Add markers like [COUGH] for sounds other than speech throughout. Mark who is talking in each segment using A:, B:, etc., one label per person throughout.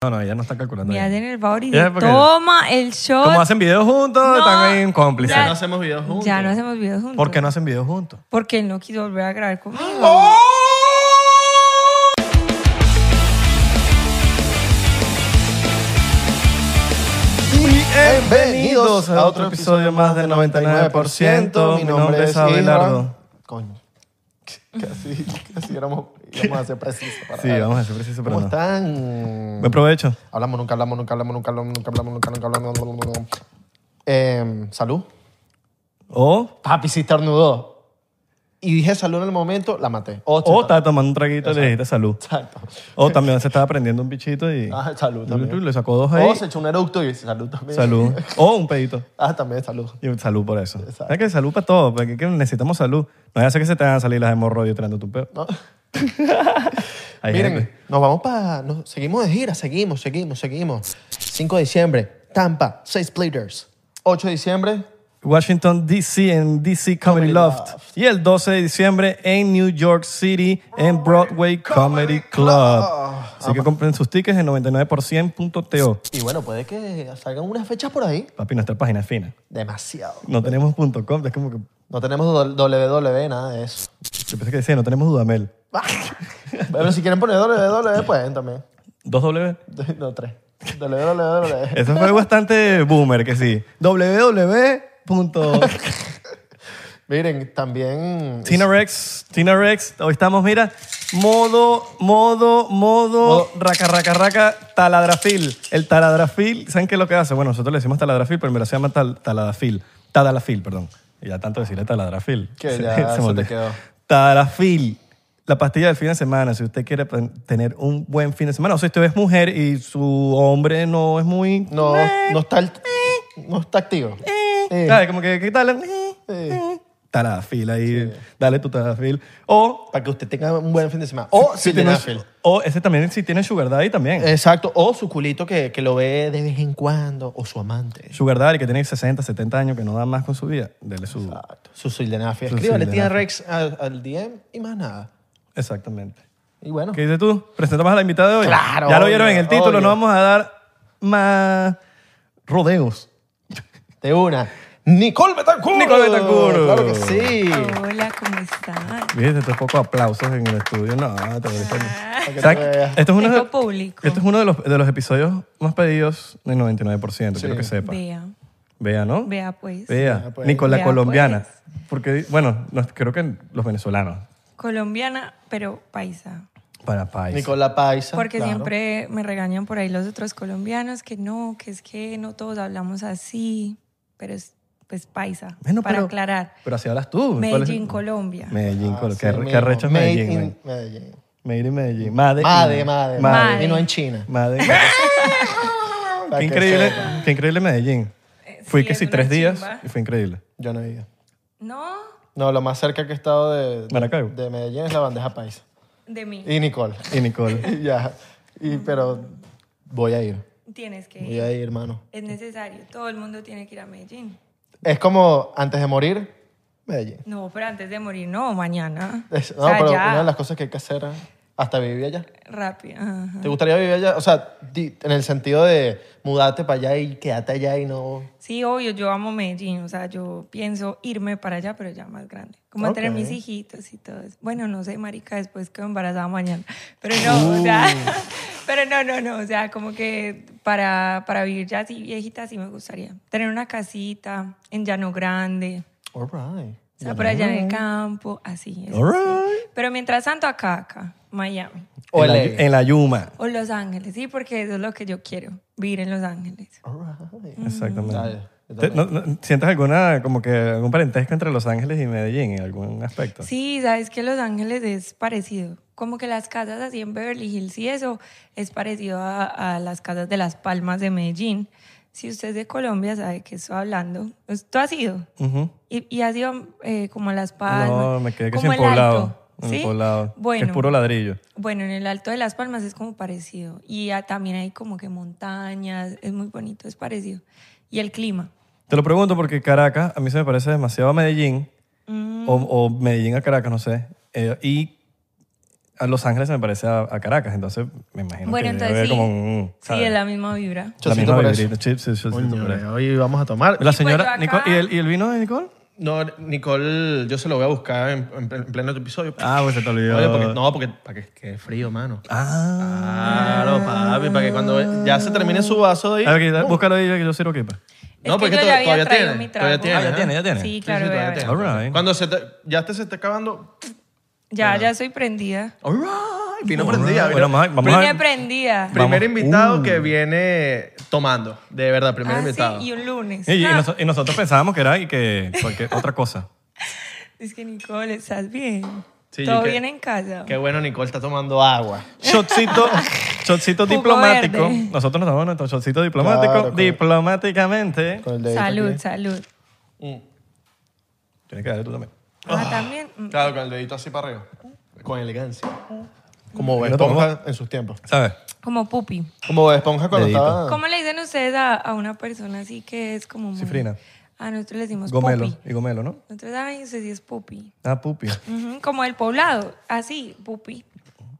A: No, no, ella no está calculando.
B: Me
A: ahí.
B: hacen el favor y
A: Ya,
B: dice,
A: porque-
B: toma el shot.
A: Como hacen videos juntos,
B: No.
A: están ahí en cómplices.
C: Ya no hacemos videos juntos.
B: ya no hacemos videos juntos.
A: ¿Por qué no hacen videos juntos?
B: Porque él no quiso volver a grabar conmigo.
A: Bienvenidos a otro episodio más del 99%. Mi nombre es Abelardo.
C: Isra. Coño. [LAUGHS] Casi,
A: [LAUGHS]
C: casi éramos, íbamos a ser precisos. para-
A: Sí, vamos a ser precisos, pero
C: ¿Cómo
A: no.
C: están?
A: Buen provecho.
C: Hablamos, nunca hablamos, nunca hablamos, nunca hablamos, nunca hablamos, nunca hablamos, nunca hablamos. nunca hablamos. Em, salud.
A: O,
C: Papi, sí estornudó. Y dije salud en el momento, la maté. O,
A: o estaba tomando un traguito y le dijiste salud.
C: Exacto.
A: O también se estaba prendiendo un bichito y
C: Ah, salud también.
A: le sacó dos ahí.
C: O se echó un eructo y salud también.
A: Salud. O un pedito.
C: Ah, también salud.
A: Y salud por eso. Es que salud para todo, porque es que necesitamos salud. No ya sé que se te van a salir las hemorroides tirando tu peo.
C: ¿no?
A: Hay
C: Miren,
A: gente.
C: nos vamos para. seguimos de gira, seguimos, seguimos, seguimos. 5 de diciembre, Tampa, 6 Splitters. 8 de diciembre,
A: Washington DC en DC Comedy Loft. Y el 12 de diciembre en New York City en Broadway Comedy Club. Así que compren sus tickets en 99%.to.
C: y bueno, puede que salgan unas fechas por ahí.
A: Papi, nuestra página es fina.
C: Demasiado.
A: No tenemos punto .com, es como que...
C: No tenemos do- www, nada de eso.
A: Yo pensé que decía, no tenemos Dudamel.
C: Pero si quieren poner www, pueden pues, también. [LAUGHS]
A: ¿Dos W?
C: No, tres. E,
A: [LAUGHS]
C: www.
A: Eso fue bastante boomer, que sí. [LAUGHS] www.
C: Miren, también.
A: Tina Rex, Tina Rex, hoy estamos, mira, modo, modo, modo,
C: Modo.
A: raca, raca, raca, taladrafil. El taladrafil, ¿saben qué es lo que hace? Bueno, nosotros le decimos taladrafil, pero en verdad se llama tal, taladafil, tadalafil, perdón. Y ya tanto decirle taladrafil. [LAUGHS]
C: Que ya se te
A: olvidó.
C: quedó.
A: Tadalafil, la pastilla del fin de semana, si usted quiere pen- tener un buen fin de semana, o si usted es mujer y su hombre no es muy... eh,
C: No, no está, el- no está activo. Eh.
A: ¿Sabes? Como que, ¿qué tal?
C: Sí.
A: Taladafil ahí, dale tu taladafil. O
C: Para que usted tenga un buen fin de semana. O si
A: tiene-
C: tiene
A: O ese también, si tiene Sugar Daddy también.
C: Exacto. O su culito que, que lo ve de vez en cuando. O su amante.
A: Sugar Daddy que tiene 60, 70 años, que no da más con su vida. Dele su...
C: Exacto. Su sildenafia.
A: Su
C: Escríbale tía
A: sildenafia.
C: Rex al, al DM y más nada.
A: Exactamente.
C: Y bueno.
A: ¿Qué dices tú? Presentamos a la invitada de hoy.
C: Claro,
A: Ya lo vieron
C: obvio,
A: en el título,
C: obvio.
A: no vamos a dar más rodeos.
C: De una. Nicole Betancourt.
A: Nicole Betancourt.
C: Claro que sí.
A: Ah.
B: Hola, ¿cómo están?
A: Fíjate, estos pocos aplausos en el estudio. No, te voy a
C: que
A: ¿Sabes?
C: te veas.
A: Esto es uno, de,
B: Tengo público.
A: esto es uno de, los, de los episodios más pedidos del 99%, quiero que sepa.
B: Vea,
A: Vea, ¿no?
B: vea pues.
A: Vea,
C: pues.
A: Nicola
B: Vea,
A: colombiana. Porque, bueno, no, creo que los venezolanos.
B: Colombiana, pero paisa.
A: Para país.
C: Nicola Paisa.
B: Porque
C: claro.
B: siempre me regañan por ahí los otros colombianos que no, que es que no todos hablamos así, pero es pues paisa.
A: Bueno,
B: para
A: pero-
B: aclarar,
A: Pero así hablas tú. ¿Cuál es?
B: Medellín, Colombia.
A: Medellín,
C: Ah,
A: Colombia.
C: sí,
A: qué, re-
C: mismo.
A: qué arrecho es
C: Made
A: Medellín,
C: in
A: güey.
C: Medellín.
A: Made in Medellín. Made,
C: Madre,
A: in-
C: madre,
B: Madre.
C: Y no en China. [LAUGHS]
A: Madre.
C: Para
A: qué
C: que
A: increíble,
C: sepa.
A: qué increíble Medellín.
B: Eh,
A: Fui
B: sí,
A: que
B: es
A: sí
B: una
A: tres días
B: chimba.
A: y fue increíble.
C: Yo no he ido.
B: No,
C: No, lo más cerca que he estado de, de-
A: Maracaibo.
C: de Medellín es la bandeja paisa.
B: de mí.
A: Eh.
C: Y Nicole. [LAUGHS]
A: Y Nicole.
C: Y ya. Y, pero voy a ir.
B: Tienes que
C: Voy
B: ir.
C: a ir, hermano.
B: Es necesario. Todo el mundo tiene que ir a Medellín.
C: Es como antes de morir, Medellín.
B: No, pero antes de morir, no, mañana.
C: Es- no,
B: O sea,
C: pero
B: ya,
C: una de las cosas que hay que hacer eh, hasta vivir allá.
B: Rápido. ajá.
C: ¿Te gustaría vivir allá? O sea, di- en el sentido de mudarte para allá y quedarte allá y no...
B: Sí, obvio, yo amo Medellín. O sea, yo pienso irme para allá, pero ya más grande. Como tener
C: Ok.
B: mis hijitos y todo eso. Bueno, no sé, marica, después quedo embarazada mañana. Pero no, o sea...
C: Uh.
B: [LAUGHS] Pero no, no, no. O sea, como que para, para vivir ya así viejita sí me gustaría. Tener una casita en Llano Grande.
C: All
B: O
C: right.
B: sea, por allá en el campo, así. eso
A: All
B: sí.
A: right.
B: Pero mientras tanto, acá, acá, Miami.
C: O
A: en, la,
C: LA.
A: en la Yuma.
B: O Los Ángeles, sí, porque eso es lo que yo quiero, vivir en Los Ángeles.
C: All
B: Mm.
C: right.
A: Exactamente.
C: Dale, yo
A: ¿Te-
C: también.
A: no- no- ¿Sientes alguna, como que algún parentesco entre Los Ángeles y Medellín en algún aspecto?
B: Sí, sabes que Los Ángeles es parecido. Como que las casas así en Beverly Hills y eso es parecido a, a las casas de Las Palmas de Medellín. Si usted es de Colombia, sabe que estoy hablando. Pues, ¿Tú has ido?
A: Ujú.
B: Y, y has ido eh, como a Las Palmas.
A: No, me quedé que sin
B: como el
A: poblado.
B: Alto,
A: en
B: ¿sí?
A: poblado. que
B: Bueno.
A: es puro ladrillo.
B: Bueno, en el Alto de las Palmas es como parecido. Y ah, también hay como que montañas, es muy bonito, es parecido. Y el clima.
A: Te lo pregunto porque Caracas a mí se me parece
B: Mm.
A: demasiado a Medellín o, o Medellín a Caracas, no sé. Eh, y a Los Ángeles se me parece a, a Caracas, entonces me imagino
B: Bueno,
A: que debe
B: entonces
A: haber
B: sí.
A: como un...
B: Sí, es la misma vibra.
A: la
C: Chocito
A: misma
C: por
A: vibrita,
C: eso.
A: chips, sí, chocito
C: Coño, eh.
A: por eso.
C: hoy vamos a tomar.
A: La
B: pues, yo
A: señora...
B: acá-
A: Nicole- ¿y, el, y el vino de Nicole?
C: No, Nicole, yo se lo voy a buscar en, en- en pleno episodio.
A: Ah, pues se te olvidó.
C: Oye, porque, no, porque para que quede frío, mano.
A: Ah.
C: Claro, papi, para que cuando ya se termine su vaso ahí.
A: A ver, que- búscalo ahí que yo sirvo aquí. pa.
B: Es
C: No,
B: que
C: porque
B: yo
C: to-
B: ya había
C: todavía
B: traído
C: tiene,
B: mi trago.
C: todavía tiene.
A: Ah, ya tiene, ya tiene.
B: Sí,
C: Sí, sí,
B: claro, voy a
C: todavía
B: ver.
C: tiene.
A: All right.
C: Cuando se te- ya te se está acabando.
B: Ya, ya soy prendida.
C: All right. Vino
A: All right.
C: prendida. vino-
A: Bueno, ma- vamos a
B: Vine
A: ver.
B: prendida.
C: primer
A: vamos.
C: invitado
A: Uh.
C: que viene tomando. De verdad, primer
B: Ah,
C: invitado.
B: sí, y un lunes.
A: Y, y
B: Ah,
A: noso- y nosotros pensábamos que era y que cualquier otra cosa.
B: Es que Nicole, ¿estás bien?
C: Sí,
B: ¿Todo
C: yo que-
B: bien en casa?
C: Qué bueno, Nicole está tomando agua.
B: [LAUGHS]
A: Shotcito, shotcito
B: Jugo
A: diplomático.
B: verde.
A: Nosotros nos damos nuestro shotcito diplomático.
C: Claro, con-
A: Diplomáticamente.
B: Salud, salud.
A: Tienes que darle tú también.
B: Ah, también. mm,
C: Claro, con el dedito así para arriba. Con elegancia. Como Bob
A: Mira, toma.
C: Esponja en sus tiempos.
A: ¿Sabes?
B: Como pupi.
C: Como Bob Esponja cuando
A: Dedito.
C: estaba.
B: ¿Cómo le dicen ustedes a, a una persona así que es como. muy-
A: Cifrina.
B: A nosotros le decimos
A: Gomelo.
B: pupi.
A: Y gomelo, ¿no?
B: Nosotros, ay, no sé si es pupi.
A: Ah, pupi.
B: Ujú, Como el poblado. Así, pupi.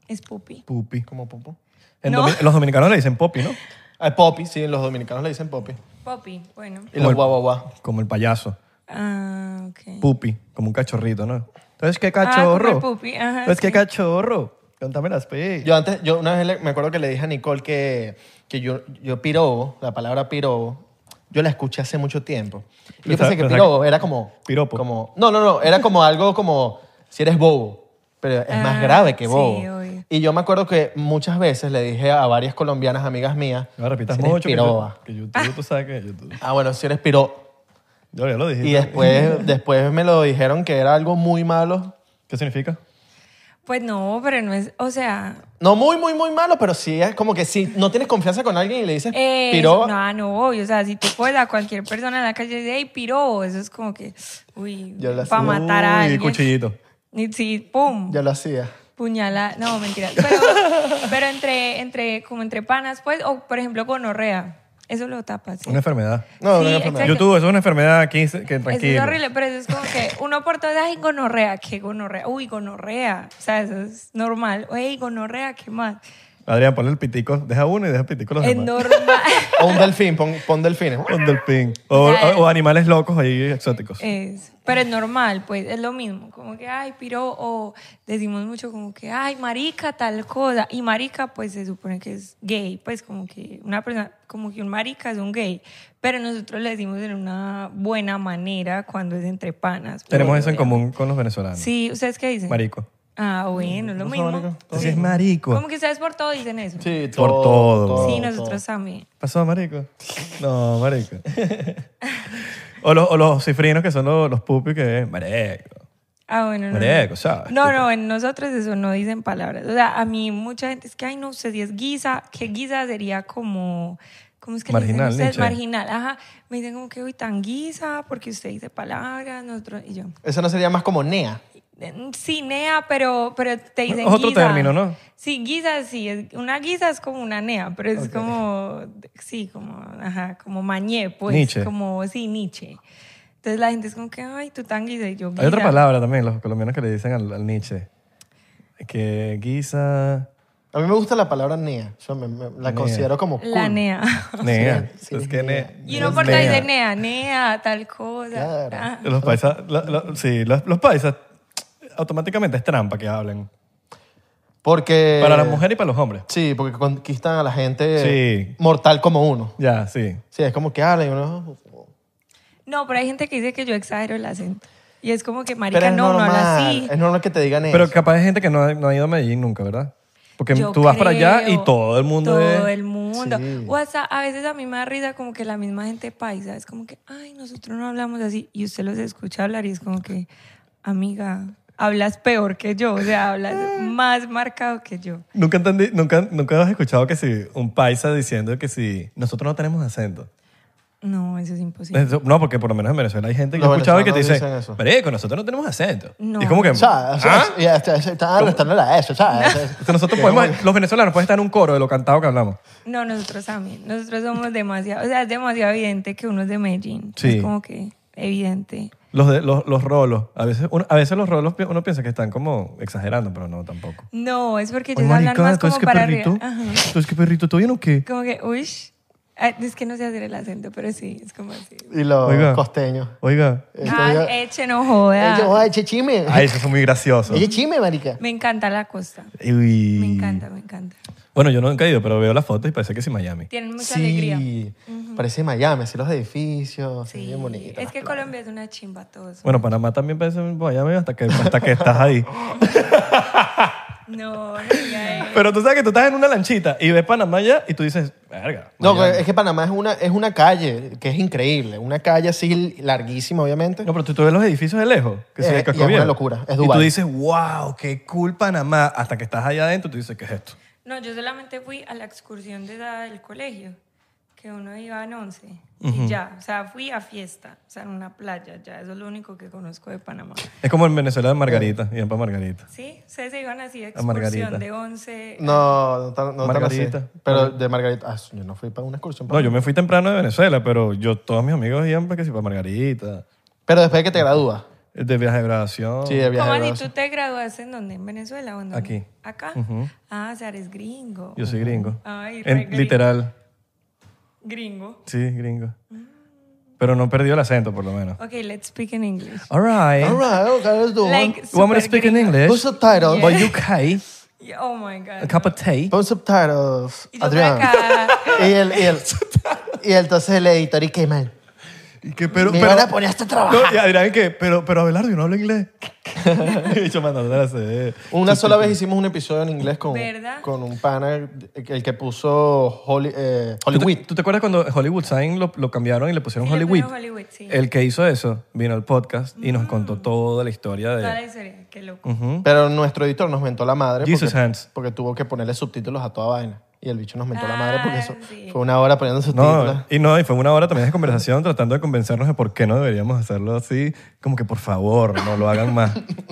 B: Es pupi.
A: Pupi.
C: Como Popo.
A: En
B: No.
A: domi- los dominicanos le dicen popi, ¿no?
C: Ah, Poppy, sí, los dominicanos le dicen Poppy.
B: Popi, bueno.
C: Y los guau guau guau.
A: Como el payaso.
B: Ah, ok.
A: Pupi. Como un cachorrito, ¿no? Entonces, ¿qué
B: Ah,
A: cachorro?
B: como el pupi, ajá,
A: Entonces, ¿qué
B: sí.
A: cachorro? Contame las pe.
C: Yo antes, yo una vez le- me acuerdo que le dije a Nicole que, que yo, yo pirobo, la palabra pirobo, yo la escuché hace mucho tiempo. Y yo
A: Pensaba-
C: pensé que
A: pensaba
C: pirobo era como...
A: Piropo.
C: Como, no, no, no, era como algo como si eres bobo, pero es
B: Ah,
C: más grave que
B: sí,
C: bobo.
B: obvio.
C: y yo me acuerdo que muchas veces le dije a varias colombianas amigas mías,
A: No repitas
C: si eres
A: mucho. que
C: piroba.
A: yo- Que YouTube, tú sabes que YouTube.
C: Ah, bueno, si eres piro...
A: Yo ya lo dije. [LAUGHS]
C: Y después, después me lo dijeron que era algo muy malo.
A: ¿Qué significa?
B: Pues no, pero no es. O sea.
C: No muy, muy, muy malo, pero sí es como que si no tienes confianza con alguien y le dices
B: Eh,
C: piroba...
B: No, no, obvio. O sea, si tú puedes a cualquier persona en la calle y dices, hey, piro, eso es como que, uy,
C: Yo lo
B: para
C: hacía.
B: matar a
A: Uy,
B: alguien.
A: cuchillito.
B: Y sí, pum,
C: Yo lo hacía.
B: puñala. No,
C: [LAUGHS]
B: mentira. Pero, pero entre, entre, como entre panas, pues, o por ejemplo, gonorrea. Eso lo tapas. ¿sí?
A: Una enfermedad.
C: No,
B: Sí,
C: no, no, no.
B: exacto.
A: YouTube, eso es una enfermedad aquí, que tranquilo.
B: Eso es horrible, pero eso es como que uno por todas, ay, gonorrea, qué gonorrea, uy, gonorrea, o sea, eso es normal, Ey, gonorrea, qué más,
A: Adrián, ponle el pitico, deja uno y deja el pitico los
B: es
A: demás.
B: normal,
A: [LAUGHS]
C: O un delfín, pon, pon delfines.
A: Un delfín. O,
B: Ya, Eh,
A: o- o animales locos ahí exóticos.
B: Es, pero es normal, pues, es lo mismo. Como que, ay, piro, o decimos mucho como que, ay, marica, tal cosa. Y marica, pues, se supone que es gay, pues, como que una persona, como que un marica es un gay. Pero nosotros le decimos en una buena manera cuando es entre panas.
A: Tenemos
B: Bueno,
A: eso en
B: obviamente.
A: común con los venezolanos.
B: eh, Sí, ¿ustedes qué dicen?
A: Marico.
B: Ah, bueno, es lo mismo.
A: Entonces es marico.
B: Como que ustedes por todo dicen eso. Sí,
C: Sí,
A: Por todo, todo,
B: nosotros también.
A: ¿Pasó, marico? No, marico. o, los, o los cifrinos que son los, los pupis que es marico.
B: Ah, bueno, no. no.
A: Marico, ¿sabes?
B: No, no, en nosotros eso no dicen palabras. O sea, a mí mucha gente es que, ay, no, usted si es guisa, que guisa sería como... ¿Cómo es que le dicen
A: Marginal,
B: ustedes?
A: Nietzsche.
B: Marginal, ajá. Me dicen como que, uy, tan guisa, porque usted dice palabras, nosotros... Y yo,
C: Eso no sería más como nea.
B: "Mm, sí, nea, pero, pero te dicen
A: Es otro
B: guisa".
A: término, ¿no?
B: Sí, guisa sí. es- Una guisa es como una nea, pero es como... Sí, como, ajá, como mañé, pues.
A: Nietzsche.
B: Como, sí, Nietzsche. Entonces la gente es como que, ay, tú tan guisa, y yo guisa.
A: Hay otra palabra también, los colombianos que le dicen al, al Nietzsche. Que guisa...
C: A mí me gusta la palabra nea. Yo me- me- la
A: Nea.
C: considero como cool.
B: La nea. [LAUGHS]
A: Nea.
C: sí,
A: es que
C: nea.
A: ne-
B: Y uno
A: es
B: por ahí
A: nea.
B: dice nea, nea, tal cosa.
C: Claro.
B: Ah,
A: Los paisas, la- la- sí, los, los paisas automáticamente es trampa que hablen.
C: Porque...
A: Para las mujeres y para los hombres.
C: Sí, porque conquistan a la gente
A: Sí.
C: mortal como uno.
A: Ya, sí.
C: Sí, es como que ah, hablan y uno...
B: No, pero hay gente que dice que yo exagero el acento. Y es como que,
C: Pero
B: marica,
C: es
B: no, no habla
C: normal.
B: así.
C: Es normal que te digan eso.
A: Pero capaz hay gente que no ha, no ha ido a Medellín nunca, ¿verdad? Porque
B: Yo
A: tú vas para allá
B: creo.
A: y todo el mundo
B: Todo
A: es...
B: el mundo.
C: Sí.
B: O hasta a veces a mí me da risa como que la misma gente paisa. Es como que, ay, nosotros no hablamos así. Y usted los escucha hablar y es como que, amiga, hablas peor que yo. O sea, hablas
C: Ah.
B: más marcado que yo.
A: Nunca entendí, nunca, nunca has escuchado que si un paisa diciendo que si nosotros no tenemos acento.
B: No, eso es imposible.
A: Eso- No, porque por lo menos en Venezuela hay gente que
C: Los
A: yo he escuchado y que te dice,
C: venezolanos dicen eso.
A: Marico, nosotros no tenemos acento.
B: No.
A: Y es como que...
C: O sea, o sea,
A: "¿Ah?
C: ya está- ya está restando la
A: [LAUGHS]
C: eso, ¿sabes?
A: O sea, nosotros podemos, los venezolanos pueden estar en un coro de lo cantado que hablamos.
B: No, nosotros también. Nosotros somos demasiado, o sea, es demasiado evidente que uno es de Medellín.
A: Sí.
B: Es como que evidente.
A: Los, de- los, los rolos. A veces, uno- a veces los rolos pi- uno piensa que están como exagerando, pero no, tampoco.
B: No, es porque
A: Oye,
B: ellos hablan
A: marica,
B: más
A: ¿tú ves
B: como
A: qué
B: para
A: perrito?
B: arriba. Ajá.
A: ¿Tú ves qué perrito? ¿Todo bien o qué?
B: Como que, uy, es que no sé hacer el acento, pero sí, es como así.
C: Y los
A: Oiga.
C: costeños.
A: Oiga.
C: Eh,
B: Ay, eh, ah.
C: Entonces,
B: eche, no joda.
C: Ellos, ay, che chime.
A: Ay, eso fue muy gracioso.
C: [LAUGHS] Ella es chime, marica.
B: Me encanta la costa.
A: Uy.
B: Me encanta, me encanta.
A: Bueno, yo no he caído, pero veo las fotos y parece que sí Miami.
B: Tienen mucha
C: sí.
B: alegría.
C: Parece Miami, así los edificios, sí.
B: Sí.
C: bien bonito.
B: Es que Colombia es una chimba todos.
A: Bueno, Panamá también parece Miami hasta que, hasta que estás [LAUGHS] ahí.
B: No, no diga eso.
A: Pero tú sabes que tú estás en una lanchita y ves Panamá ya y tú dices, verga.
C: No,
A: Miami".
C: es que Panamá es una, es una calle que es increíble. Una calle así larguísima, obviamente.
A: No, pero tú, tú ves los edificios de lejos. Que se
C: Eh,
A: ve
C: y es una locura, es
A: Y tú
C: Dubái.
A: dices, wow, qué cool Panamá. Hasta que estás allá adentro y tú dices, ¿qué es esto?
B: No, yo solamente fui a la excursión de edad del colegio, que uno iba en 11 y ya. O sea, fui a fiesta, o sea, en una playa, ya. Eso es lo único que conozco de Panamá.
A: Es como en Venezuela de Margarita. Y en para Margarita.
B: ¿Sí? Ustedes se iban así, de
A: A Margarita.
B: excursión de 11.
C: No, no tan, no tan así.
A: Margarita.
C: Pero de Margarita. Ah, yo no fui para una excursión.
A: No, yo me fui temprano de Venezuela, pero yo, todos mis amigos iban para que sí, para Margarita.
C: Pero después de que te gradúas.
A: De viaje de graduación.
C: Sí, de viaje.
B: ¿Cómo
C: de
B: así?
C: graduación.
B: ¿Tú te graduaste en dónde? ¿En Venezuela o en dónde?
A: Aquí.
B: ¿Acá? Ah, o sea, eres gringo.
A: Yo soy gringo.
B: Ay,
A: En-
B: re gringo.
A: literal.
B: Gringo.
A: Sí, gringo.
B: Mm.
A: Pero no perdió el acento, por lo menos.
B: Ok, let's speak in English.
A: All right.
C: All right, okay, let's do one.
B: Like,
A: Oh, You want me to
B: super
A: speak in
B: gringo.
A: English?
C: Put subtitles.
A: But UK,
B: Yeah, Oh my God.
A: a cup of tea.
C: Pon subtitles,
B: Y yo por
C: Adrián.
A: [LAUGHS]
B: acá.
C: Y el, y el, y entonces el editor, y qué mal.
A: que, pero,
C: Me van a poner hasta a trabajar.
A: No, ya dirán que, pero, pero Abelardo, yo no hablo
C: [LAUGHS]
A: inglés. Y yo mandando la CD.
C: Una sola vez hicimos un episodio en inglés con,
B: ¿Verdad?
C: con un pana, el que puso Holly, eh,
A: ¿Tú
C: Hollywood.
A: te, tú te acuerdas cuando Hollywood Sign lo, lo cambiaron y le pusieron
B: Y le
A: Hollywood?
B: pusieron Hollywood, sí. Mm.
A: El que hizo eso vino al podcast y nos contó toda la historia de...
B: Toda la historia, qué loco.
C: Pero nuestro editor nos mentó la madre
A: Jesus
C: porque,
A: hands.
C: porque tuvo que ponerle subtítulos a toda vaina. Y el bicho nos mentó la madre porque
B: Ah,
C: eso
B: sí.
C: fue una hora poniendo subtítulos.
A: No, y no, y fue una hora también de conversación [LAUGHS] tratando de convencernos de por qué no deberíamos hacerlo así, como que por favor, no lo hagan
B: [LAUGHS]
A: más,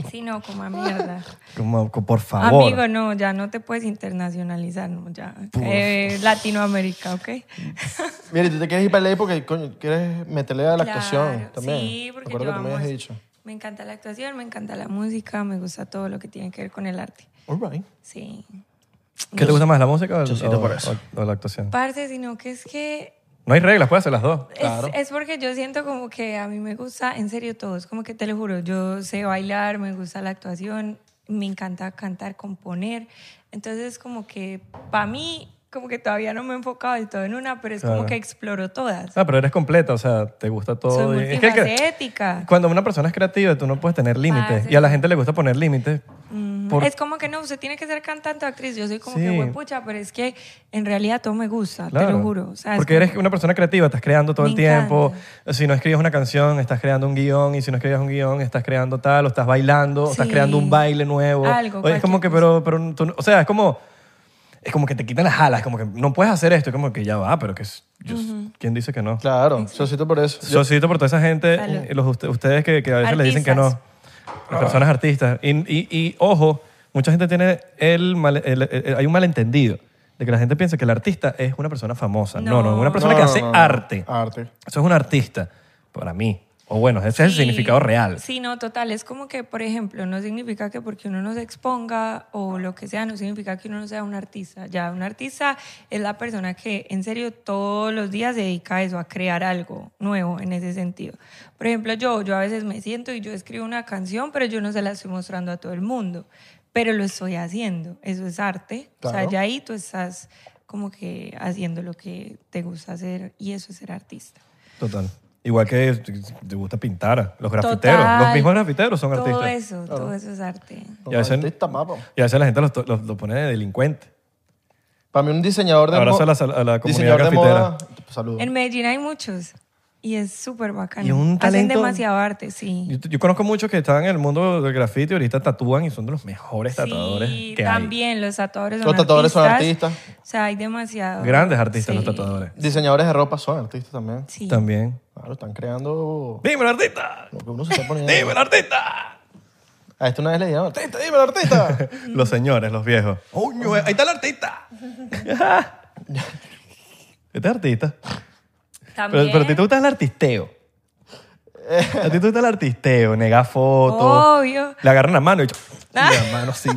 B: Sí, no, como a mierda.
A: como co- por favor.
B: Amigo, no, ya no te puedes internacionalizar, no, ya. Eh, Latinoamérica, ¿ok?
C: Mira, y tú te quieres ir para el ley porque coño, quieres meterle a la actuación
B: Claro,
C: también.
B: Sí, porque yo
C: Recuerdo que tú me
B: amo
C: habías
B: eso.
C: dicho.
B: Me encanta la actuación, me encanta la música, me gusta todo lo que tiene que ver con el arte.
C: All right.
B: Sí.
A: ¿Qué te gusta más, la música o, el-
C: siento
A: o-
C: por eso.
A: o- o la actuación?
B: Parce, sino que es que
A: No hay reglas, puedes hacer las dos.
B: Es, es porque yo siento como que a mí me gusta, en serio, todo. Es como que te lo juro, yo sé bailar, me gusta la actuación, me encanta cantar, componer. Entonces, como que para mí, como que todavía no me he enfocado del todo en una, pero es
A: Claro.
B: como que exploro todas.
A: Ah, pero eres completa, o sea, te gusta todo.
B: Soy
A: y- es [LAUGHS] que el cre-
B: multifacética. Ah,
A: cuando una persona es creativa, tú no puedes tener límites.
B: sí.
A: Y a la gente le gusta poner límites. por-
B: Es como que no, usted tiene que ser cantante o actriz. Yo soy como
A: Sí.
B: que huepucha, pero es que en realidad todo me gusta, te
A: claro.
B: lo juro. O sea, es
A: Porque
B: como-
A: eres una persona creativa, estás creando todo
B: Me
A: el tiempo. Si no escribes una canción, estás creando un guión. Y si no escribes un guión, estás creando tal, o estás bailando, o estás
B: Sí.
A: creando un baile nuevo.
B: Algo,
A: Oye, es como
B: cualquier
A: que, pero, pero tú no- o sea, es como, es como que te quitan las alas, como que no puedes hacer esto. Es como que ya va, pero que es- yo- ¿quién dice que no?
C: Claro, yo siento por eso. Yo-
A: Socito por toda esa gente,
B: Salud.
A: eh, los, uste- ustedes que, que a veces le dicen que no.
B: Artistas.
A: Las personas artistas. Y, y- y, ojo, mucha gente tiene el, mal- el- el- el- Hay un malentendido de que la gente piensa que el artista es una persona famosa. No, no,
B: No.
A: una persona
C: No,
A: que
C: no,
A: hace
C: no, no.
A: arte.
C: Arte.
A: Eso es un artista, para mí. O bueno, ese es el
B: Sí.
A: significado real.
B: Sí, no, total. Es como que, por ejemplo, no significa que porque uno no se exponga o lo que sea, no significa que uno no sea un artista. Ya, un artista es la persona que en serio todos los días se dedica a eso, a crear algo nuevo en ese sentido. Por ejemplo, yo, yo a veces me siento y yo escribo una canción, pero yo no se la estoy mostrando a todo el mundo. Pero lo estoy haciendo. Eso es arte. O
C: Claro.
B: sea, ya ahí tú estás como que haciendo lo que te gusta hacer y eso es ser artista.
A: Total. Igual que te- te gusta pintar, los grafiteros.
B: Total.
A: Los mismos grafiteros son
B: Todo
A: artistas.
B: eso, todo eso es arte.
A: Y a veces,
C: Artista, papo.
A: y a veces la gente los, to- los- los pone de delincuente.
C: Para mí un diseñador de
A: Abrazo
C: mo-
A: a la sal- a la comunidad
C: diseñador de
A: grafitera.
C: moda- Saludos.
B: En Medellín hay muchos y es súper bacano.
A: Y un
B: Hacen
A: talento-
B: demasiado arte, sí.
A: Yo, yo conozco muchos que están en el mundo del grafiti y ahorita tatúan y son de los mejores tatuadores
B: sí,
A: que
B: también los tatuadores son
C: Los tatuadores son
B: artistas.
C: artistas.
B: O sea, hay
A: hay.
B: demasiado.
A: Grandes artistas los
B: Sí,
A: tatuadores.
C: Diseñadores de ropa son artistas también.
B: Sí.
A: También.
C: Claro, están creando
A: ¡Dímelo, artista!
C: lo que uno se está poniendo.
A: ¡Dímelo, artista!
C: A esto una vez le dijeron, artista, dímelo, artista.
A: los señores, los viejos. ¡Uño, ¡Ahí está el
B: [LAUGHS]
A: artista! este es artista. Pero,
B: También.
A: pero a ti te gusta el artisteo. A ti te gusta el artisteo, negar fotos.
B: Obvio.
A: Le agarran la mano y
B: [LAUGHS]
A: yo, la mano así.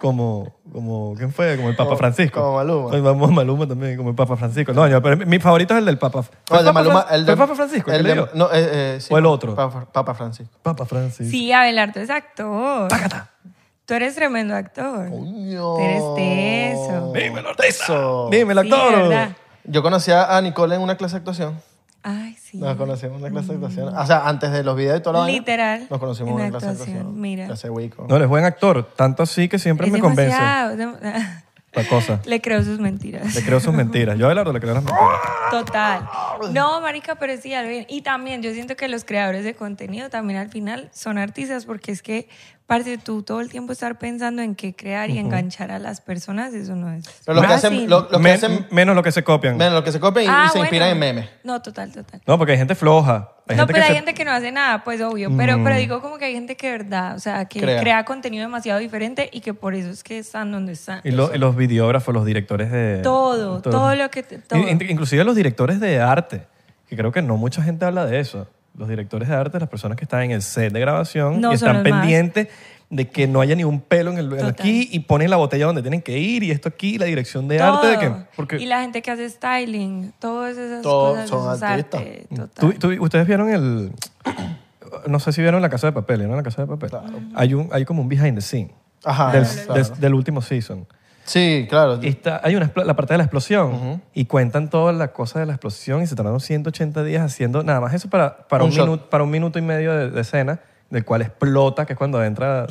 A: Como, como, ¿quién fue? Como el Papa
C: Como-
A: Francisco.
C: como Maluma.
A: Ay, vamos, Maluma también, como el Papa Francisco. No, yo, pero mi favorito es el del Papa. ¿Fue
C: [LAUGHS] No, el de
A: Papa
C: Maluma.
A: Fran-
C: El de,
A: ¿Fue Papa Francisco?
C: el
A: ¿Qué
C: de-
A: le digo?
C: no, eh, eh, sí,
A: ¿O el otro?
C: Papa, Papa Francisco.
A: Papa Francisco.
B: Sí, Abelardo es actor.
A: Pácata.
B: Tú eres tremendo actor.
C: Coño.
B: Eres teso.
A: Dímelo, artista.
C: Eso.
A: Dímelo,
B: Sí,
A: actor.
B: ¿verdad?
C: Yo conocí a Nicole en una clase de actuación.
B: Ay, sí.
C: Nos conocimos en una clase de actuación. O sea, antes de los videos y toda la vaina,
B: Literal,
C: Nos conocimos
B: en
C: en una clase de
B: actuación,
C: actuación.
B: mira.
C: Hace Wico.
A: no, eres buen actor. Tanto así que siempre
B: Es
A: me convence.
B: demasiado, dem- [LAUGHS]
A: La cosa.
B: Le creo sus mentiras.
A: Le creo sus mentiras. Yo a Abelardo le creo las mentiras.
B: Total. No, marica, pero sí, algo bien. Y también yo siento que los creadores de contenido también al final son artistas porque es que, parte tú todo el tiempo estar pensando en qué crear y enganchar a las personas, eso no es
C: Pero los que
B: fácil.
C: hacen, lo- los, que
A: Men-
C: hacen,
A: Menos lo que se copian.
C: menos los que se copian y,
B: Ah,
C: y se
B: bueno.
C: inspiran en memes.
B: No, total, total.
A: No, porque hay gente floja. Hay
B: no,
A: gente
B: pero
A: que
B: hay
A: se-
B: gente que no hace nada, pues obvio. Pero, pero digo como que hay gente que, de verdad, o sea, que
C: Mm. Crea.
B: crea. contenido demasiado diferente y que por eso es que están donde están.
A: Y, lo- y los videógrafos, los directores de...
B: Todo, todo lo que te- todo.
A: In- in- Inclusive los directores de arte, que creo que no mucha gente habla de eso. Los directores de arte, las personas que están en el set de grabación
B: No,
A: y
B: son
A: están
B: los más.
A: pendientes de que no haya ni un pelo en el en
B: Total.
A: aquí y ponen la botella donde tienen que ir y esto aquí, la dirección de arte de que...
B: Todo.
A: Porque
B: Y la gente que hace styling, todas esas cosas.
C: Todos son
B: eso es
C: artistas.
B: arte, total.
A: tú- tú- ustedes vieron el... [CLEARS THROAT] No sé si vieron La Casa de Papel, ¿no? La Casa de Papel. Hay, un, hay como un behind the scene
C: Ajá.
A: del,
C: claro.
A: del- del último season.
C: Sí, claro.
A: Está- hay una, explo- la parte de la explosión y cuentan toda la cosa de la explosión y se tardaron 180 días haciendo nada más eso para, para,
C: Un
A: un,
C: shot.
A: minuto, para un minuto y medio de, de escena, del cual explota, que es cuando entra...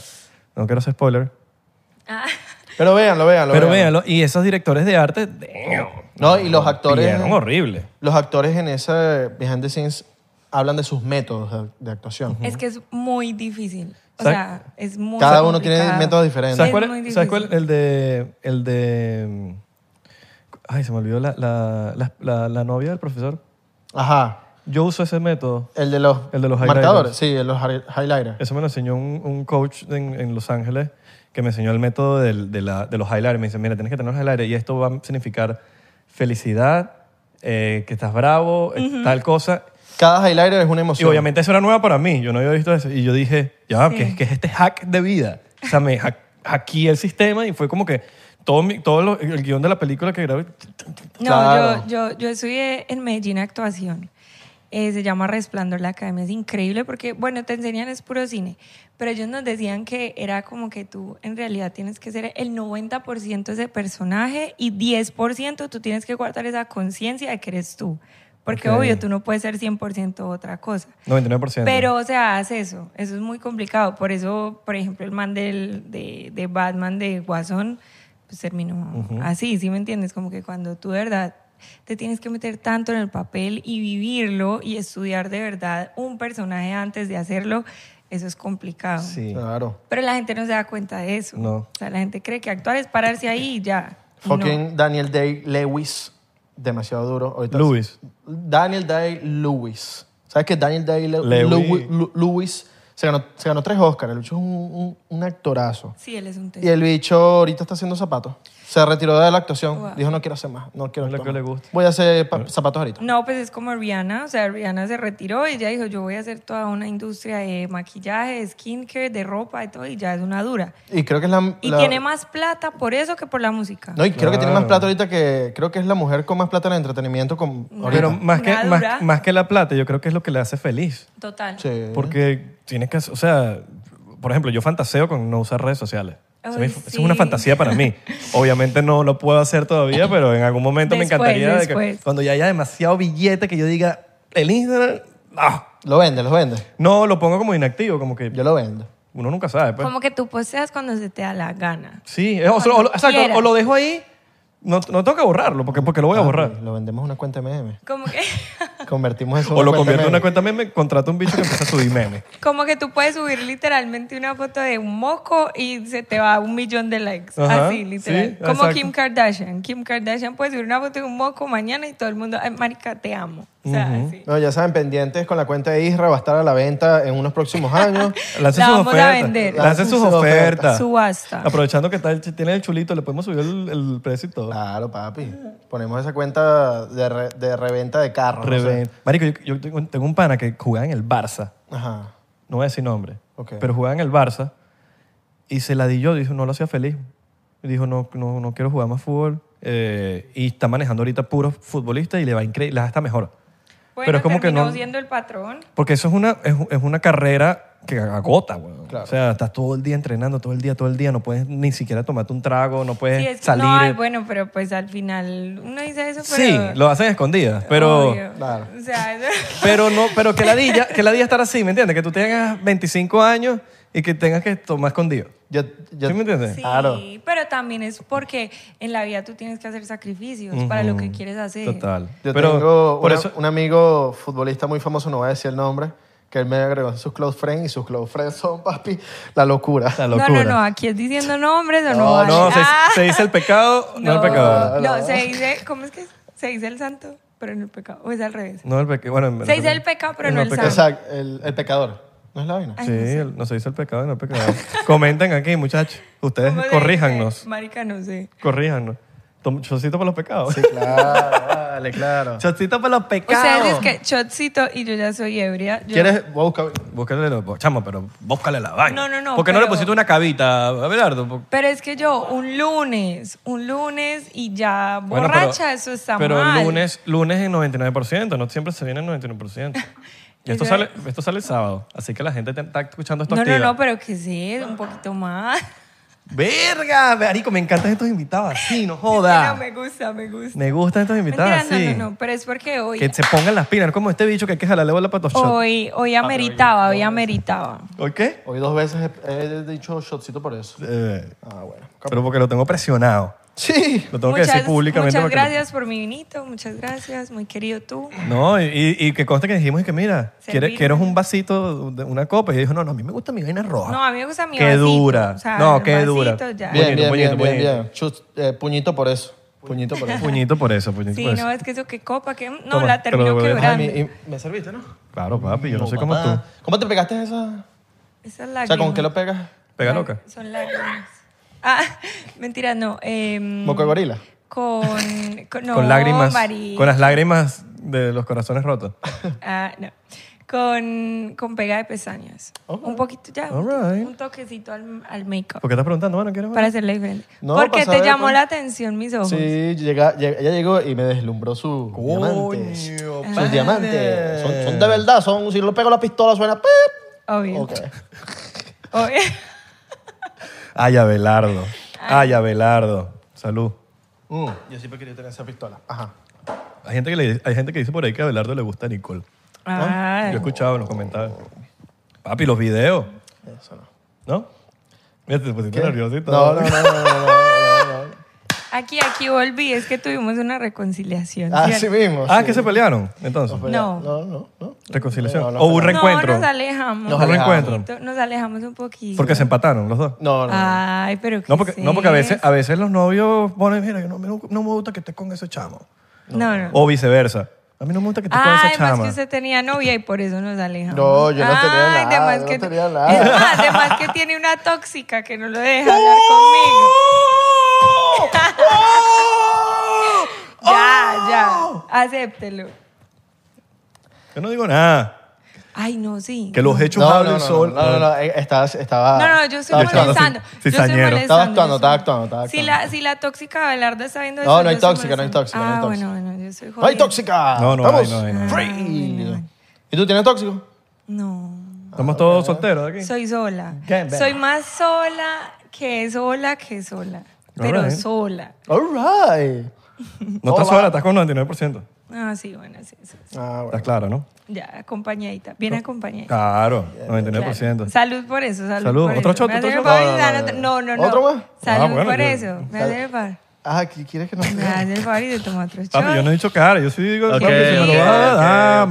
A: No quiero hacer spoiler.
B: Ah,
C: Pero véanlo, véanlo.
A: pero véanlo. Y esos directores de arte... damn,
C: No, y los actores.
A: pillaron horrible.
C: Los actores en ese behind the scenes hablan de sus métodos de, de actuación.
B: es que es muy difícil. O
A: Sa-
B: sea, es muy
C: Cada uno tiene
B: complicado.
C: métodos diferentes.
A: ¿Sabes
B: Es
A: cuál,
B: muy difícil.
A: ¿Sabes cuál? El de... El de... mm, Ay, se me olvidó la, la, la, la- la novia del profesor.
C: Ajá.
A: Yo uso ese método.
C: El de los,
A: El de los
C: marcadores.
A: highlighters.
C: Sí, el de los hi- highlighters.
A: Eso me lo enseñó un, un coach en, en Los Ángeles que me enseñó el método del- de, la- de los highlighters. Me dice, mira, tienes que tener los highlighters y esto va a significar felicidad, eh, que estás bravo, eh, tal cosa.
C: Cada highlighter es una
A: Y
C: emoción.
A: obviamente eso era nuevo para mí. Yo no había visto eso. Y yo dije, ya,
B: Sí.
A: ¿qué, es- qué es este hack de vida? O sea, me hack- hackeé el sistema y fue como que todo, mi- todo lo- el guión de la película que grabé...
B: No,
C: Claro.
B: yo, yo, yo estudié en Medellín actuación. Eh, se llama Resplandor la Academia. Es increíble porque, bueno, te enseñan es puro cine, pero ellos nos decían que era como que tú en realidad tienes que ser el 90% ese personaje y 10% tú tienes que guardar esa conciencia de que eres tú. Porque
A: Ok.
B: obvio, tú no puedes ser 100% otra cosa.
A: 99%.
B: Pero, o sea, haz eso. Eso es muy complicado. Por eso, por ejemplo, el man del, de, de Batman, de Guasón, pues terminó así, ¿sí me entiendes? Como que cuando tú de verdad te tienes que meter tanto en el papel y vivirlo y estudiar de verdad un personaje antes de hacerlo, eso es complicado.
A: Sí.
C: Claro.
B: Pero la gente no se da cuenta de eso.
A: No.
B: O sea, la gente cree que actuar es pararse ahí y ya.
C: Fucking Daniel Day-Lewis. Demasiado duro. Ahorita-
A: Lewis.
C: Daniel Day-Lewis. ¿Sabes que Daniel
A: Lewis.
C: Day-Lewis se ganó, se ganó tres Oscars? El bicho es un, un- un actorazo.
B: No. Sí, él es un
C: Y
B: test.
C: el bicho ahorita está haciendo zapatos. Se retiró de la actuación.
B: Wow.
C: Dijo, no quiero hacer más. No quiero
A: Es lo
C: actuar
A: que le
C: más.
A: gusta.
C: Voy a hacer pa- zapatos ahorita.
B: No, pues es como Rihanna, o sea, Rihanna se retiró y ya dijo, yo voy a hacer toda una industria de maquillaje, de skincare, de ropa y todo, y ya es una dura.
C: Y creo que es la...
B: Y
C: la-
B: tiene más plata por eso que por la música.
C: No, y creo que tiene más
A: Claro.
C: plata ahorita que... Creo que es la mujer con más plata en el entretenimiento con, ahorita.
A: Pero más que,
B: Una dura.
A: más, más que la plata, yo creo que es lo que le hace feliz.
B: Total.
C: Sí.
A: Porque tienes que, o sea, por ejemplo, yo fantaseo con no usar redes sociales. Esa
B: Ay,
A: es mi- esa es una
B: sí.
A: fantasía para
B: [LAUGHS]
A: mí. Obviamente no lo puedo hacer todavía, pero en algún momento
B: Después,
A: me encantaría de que
B: después.
A: cuando ya haya demasiado billete que yo diga, el Instagram, ah,
C: Lo vende, lo vende.
A: no, lo pongo como inactivo, como que
C: Yo lo vendo.
A: uno nunca sabe. Pues.
B: Como que tú poseas cuando se te da la gana.
A: Sí, es- o, o- o- exacto,
B: quieras.
A: o lo dejo ahí, no, no tengo que borrarlo, porque, porque lo
C: Ah,
A: voy a borrar.
C: Lo vendemos en una cuenta MM.
B: Como que, [LAUGHS]
A: [LAUGHS]
C: Convertimos eso en
A: O lo
C: una
A: convierto en
C: meme.
A: una cuenta meme, contrato a un bicho que empieza a subir memes.
B: [LAUGHS] como que tú puedes subir literalmente una foto de un moco y se te va un millón de likes.
A: Ajá,
B: Así, literal.
A: sí,
B: como
A: exacto.
B: Kim Kardashian. Kim Kardashian puede subir una foto de un moco mañana y todo el mundo, ay, marica, te amo. O sea, así.
C: No, ya saben, pendientes con la cuenta de Isra va a estar a la venta en unos
B: [LAUGHS]
C: próximos años.
A: Lancen
B: La
A: sus
B: vamos a
A: ofertas.
B: vender.
A: Lancen sus ofertas.
B: Subasta.
A: Aprovechando que está el, ch- tiene el chulito, le podemos subir
C: Ah,
A: el, el precio y todo.
C: claro, papi. Ponemos esa cuenta de, re- de reventa de carros. no sé.
A: de... Marico, yo, yo tengo, tengo un pana que jugaba en el Barça.
C: Ajá.
A: No voy a decir nombre.
C: Ok.
A: Pero jugaba en el Barça y se la di yo. Dijo, no lo hacía feliz. Y Dijo, no, no, no quiero jugar más fútbol. Eh, y está manejando ahorita puros futbolistas y le va increíble. Las está mejor.
B: Bueno,
A: pero es como que
B: terminó
A: no...
B: siendo el patrón.
A: Porque eso es una, es, es una carrera que agota, weón.
C: Claro.
A: O sea, estás todo el día entrenando, todo el día, todo el día. No puedes ni siquiera tomarte un trago, no puedes
B: Sí, es que
A: salir.
B: no, ay,
A: eh.
B: bueno, pero pues al final uno dice eso,
A: sí,
B: pero...
A: lo hacen escondidas, pero...
B: obvio.
C: Claro.
B: O
A: [LAUGHS]
B: sea, eso-
A: Pero no, pero que la dilla, que la dilla estar así, ¿me entiendes? Que tú tengas 25 años y que tengas que tomar escondido.
C: Yo, yo,
A: ¿Sí me entiendes?
B: Sí,
C: Claro.
B: pero también es porque en la vida tú tienes que hacer sacrificios para lo que quieres hacer.
A: Total.
C: yo
A: pero
C: tengo
A: por
C: una-
A: eso
C: un amigo futbolista muy famoso, no voy a decir el nombre, que él me agregó en sus close friends y sus close friends son, [LAUGHS] papi, la locura.
A: la
B: No,
A: locura.
B: no, no, aquí es diciendo nombres o no.
A: No,
B: vale?
A: no, se,
B: Ah,
A: se dice el pecado, no, el pecado.
B: no, se dice, ¿cómo es que es? se dice el santo, pero no el pecado? O es al revés.
A: No el pecado. Bueno, en
B: Se
A: verdad-
B: dice el pecado, pero no el
A: pecado.
B: santo.
C: Exacto, el, el pecador. ¿No es la vaina?
B: Ay,
A: Sí,
B: no sé.
A: el- no se dice el pecado, no el pecado. Comenten aquí, muchachos. Ustedes
B: ¿Cómo se dice?
A: corríjanos.
B: Marica, no sé.
A: Corríjanos. Tom- Chocito para los pecados.
C: Claro, vale, claro.
A: Chocito para los
B: Ustedes
A: pecados.
B: dicen que chotcito y yo ya soy ebria. Yo-
C: ¿Quieres? Voy a buscar-
A: Búscale, los- chamo, pero búscale la vaina.
B: No, no, no,
A: Porque no le
B: pero-
A: pusiste una cavita, Abelardo. Por-
B: Pero es que yo, un lunes, un lunes y ya
A: Bueno,
B: borracha,
A: pero-
B: eso está
A: pero
B: mal.
A: lunes, lunes en 99%, no siempre se viene en
B: [LAUGHS]
A: 99%. Y esto,
B: Eso-
A: sale, esto sale el sábado, así que la gente te- está escuchando esto
B: No, no,
A: activa.
B: no, pero que sí, un poquito más. [LAUGHS]
A: ¡Verga! Marico, me encantan estos invitados así, no
B: No,
A: joda.
B: me gusta, me gusta.
A: Me gustan estos invitados
B: Mentira, no,
A: así.
B: no, no, pero es porque hoy,
A: Que se pongan las pilas, no como este bicho que hay que jalarle bola para todos shots.
B: hoy, hoy
A: Ah,
B: ameritaba, hoy ameritaba.
A: ¿Hoy qué?
C: Hoy dos veces he, he dicho shotcito por eso.
A: Eh,
C: Ah, bueno.
A: pero porque lo tengo presionado.
C: Sí.
A: Lo tengo que decir públicamente.
B: Muchas
A: porque lo-
B: gracias por mi vinito, muchas gracias, muy querido tú.
A: No, y- y, y que conste que dijimos que mira, ¿quieres,
B: Servirme.
A: quieres un vasito, de una copa? Y ella dijo, no, no, a mí me gusta mi vaina roja.
B: No, a mí me gusta mi
A: Ah, Qué
B: vasito,
A: dura.
B: o sea,
A: No,
B: el
A: qué dura.
B: vasito ya.
A: Bien,
C: Bien, bien,
A: puñito,
C: bien, bien,
A: puñito.
C: bien. Chut- eh, puñito por eso. Puñito por eso.
A: Puñito por eso, puñito
B: Sí,
A: por eso.
B: no, es que eso que copa, que no,
A: pues. Toma,
B: la
A: te lo
B: terminó
A: voy a dejar.
C: Ay,
B: quebrando.
C: mi- y- me serviste, ¿no?
A: Claro, papi, yo no, soy
C: papá.
A: como tú.
C: ¿Cómo te pegaste esa?
B: Esa es
C: O sea, ¿con qué lo pegas?
A: Pega loca.
B: Son lágrimas. Ah, [LAUGHS] mentira, no. em,
C: ¿Moco de gorila?
B: con,
A: [LAUGHS]
B: con, no,
A: con lágrimas.
B: Mari.
A: Con las lágrimas de los corazones rotos.
B: Ah, no. Con, con pega de pestañas. Un poquito ya. un
A: All
B: to-
A: right.
B: Un toquecito al, al make-up.
A: ¿Por qué estás preguntando? Bueno, quiero
B: Para hacerle diferente.
C: No,
B: Porque
C: para
B: te
C: saber
B: llamó
C: cómo-
B: la atención mis ojos.
C: Sí, llega, llega- ella llegó y me deslumbró su diamante. Sus diamantes. Son, son de verdad, son. Si lo pego la pistola, suena. ¡pip!
B: Obvio.
C: Ok. [LAUGHS]
B: Obvio.
A: Ay, Abelardo. Ay, Abelardo. Salud.
C: Mm, [LAUGHS] Yo siempre quería tener esa pistola. Ajá.
A: Hay gente, que le- hay gente que dice por ahí que a Abelardo le gusta Nicole. Yo
B: Ah,
A: he escuchado en los comentarios. Papi, los videos,
C: Eso no.
A: ¿no? Mira, te pusiste nervioso y
C: No,
A: todo.
C: no, no, no, no, no, no, no.
B: aquí, aquí volví. Es que tuvimos una reconciliación.
C: Así
B: ¿cierto?
C: mismo.
A: Ah,
C: sí. pues,
A: que se pelearon, entonces.
B: No.
C: No, no, no.
A: Reconciliación.
C: No, no,
A: o un
C: no.
A: reencuentro.
B: No, nos alejamos.
C: Nos
A: un
C: alejamos.
A: reencuentro.
B: Nos alejamos un poquito.
A: Porque se empataron los dos.
C: No, no,
B: Ah.
C: no.
B: Ay, pero ¿qué
A: No porque, no,
B: es
A: porque a veces,
B: eso?
A: a veces los novios ponen, mira, yo no, no- no me gusta que estés con ese chamo.
B: No, no.
A: O viceversa. A mí no me gusta que estés con
B: Ay,
A: esa
B: más
A: chama.
B: Ah, que usted tenía novia y por eso nos alejamos.
C: No, yo no tenía
B: Ay,
C: nada,
B: además
C: yo no
B: que,
C: tenía nada.
B: Es más, además que tiene una tóxica que no lo deja hablar
A: ¡Oh!
C: ¡Oh!
B: conmigo.
A: ¡Oh!
B: Ya,
C: ¡Oh!
B: ya, acéptelo.
A: Yo no digo nada.
B: Ay, no, sí.
A: Que los hechos
C: No, no,
A: hablen
C: no,
A: sol.
C: No, no, no, no, eh, estaba, estaba.
B: No, no, yo estoy
A: Estaba echando
B: molestando.
A: ci-
B: Yo estoy
A: cizañero.
B: molestando.
C: Estaba actuando,
B: yo
C: estaba
B: estoy-
C: actuando, estaba
B: Si la, si la tóxica Abelardo está viendo
C: No,
B: eso,
C: no hay
B: yo estoy
C: tóxica, no hay
B: molestando.
C: tóxica, no hay
B: Ah,
C: tóxica.
B: bueno, bueno, yo soy jodida.
C: ¡No hay tóxica!
A: No, no,
C: Vamos.
A: no, no, no, no.
C: Free.
B: Ay, no.
C: ¿Y tú tienes tóxico?
B: No,
A: Estamos todos solteros aquí.
B: soy sola.
A: Gang bang.
B: Soy más sola que sola que sola. Pero
A: Alright.
B: sola.
C: All right.
A: No estás sola, estás con 99%.
B: Ah, sí, bueno, sí, sí, sí.
C: Ah, bueno.
A: Estás claro, ¿no?
B: Ya, acompañadita. Bien acompañadita.
A: Claro,
B: Claro.
A: 99%.
B: Salud por eso, salud.
A: Salud.
B: Por
A: ¿Otro
B: eso.
A: shot,
B: ¿Me
A: otro
B: hace
A: shot?
B: el favor
C: No,
B: y
C: no,
B: dan
C: no,
B: otra- No,
C: no.
B: no, no.
C: ¿Otro más?
B: Salud
A: Ah, bueno,
B: por
A: yo-
B: eso. ¿Me hace el favor?
C: Ah, ¿qué ¿quieres que nos
B: Me hace el favor y te toma otro shot.
A: Papi, Ah, yo no he dicho cara, yo sí digo,
C: Ok,
A: papi, si me lo
B: ok,
A: vas a dar,
C: ok.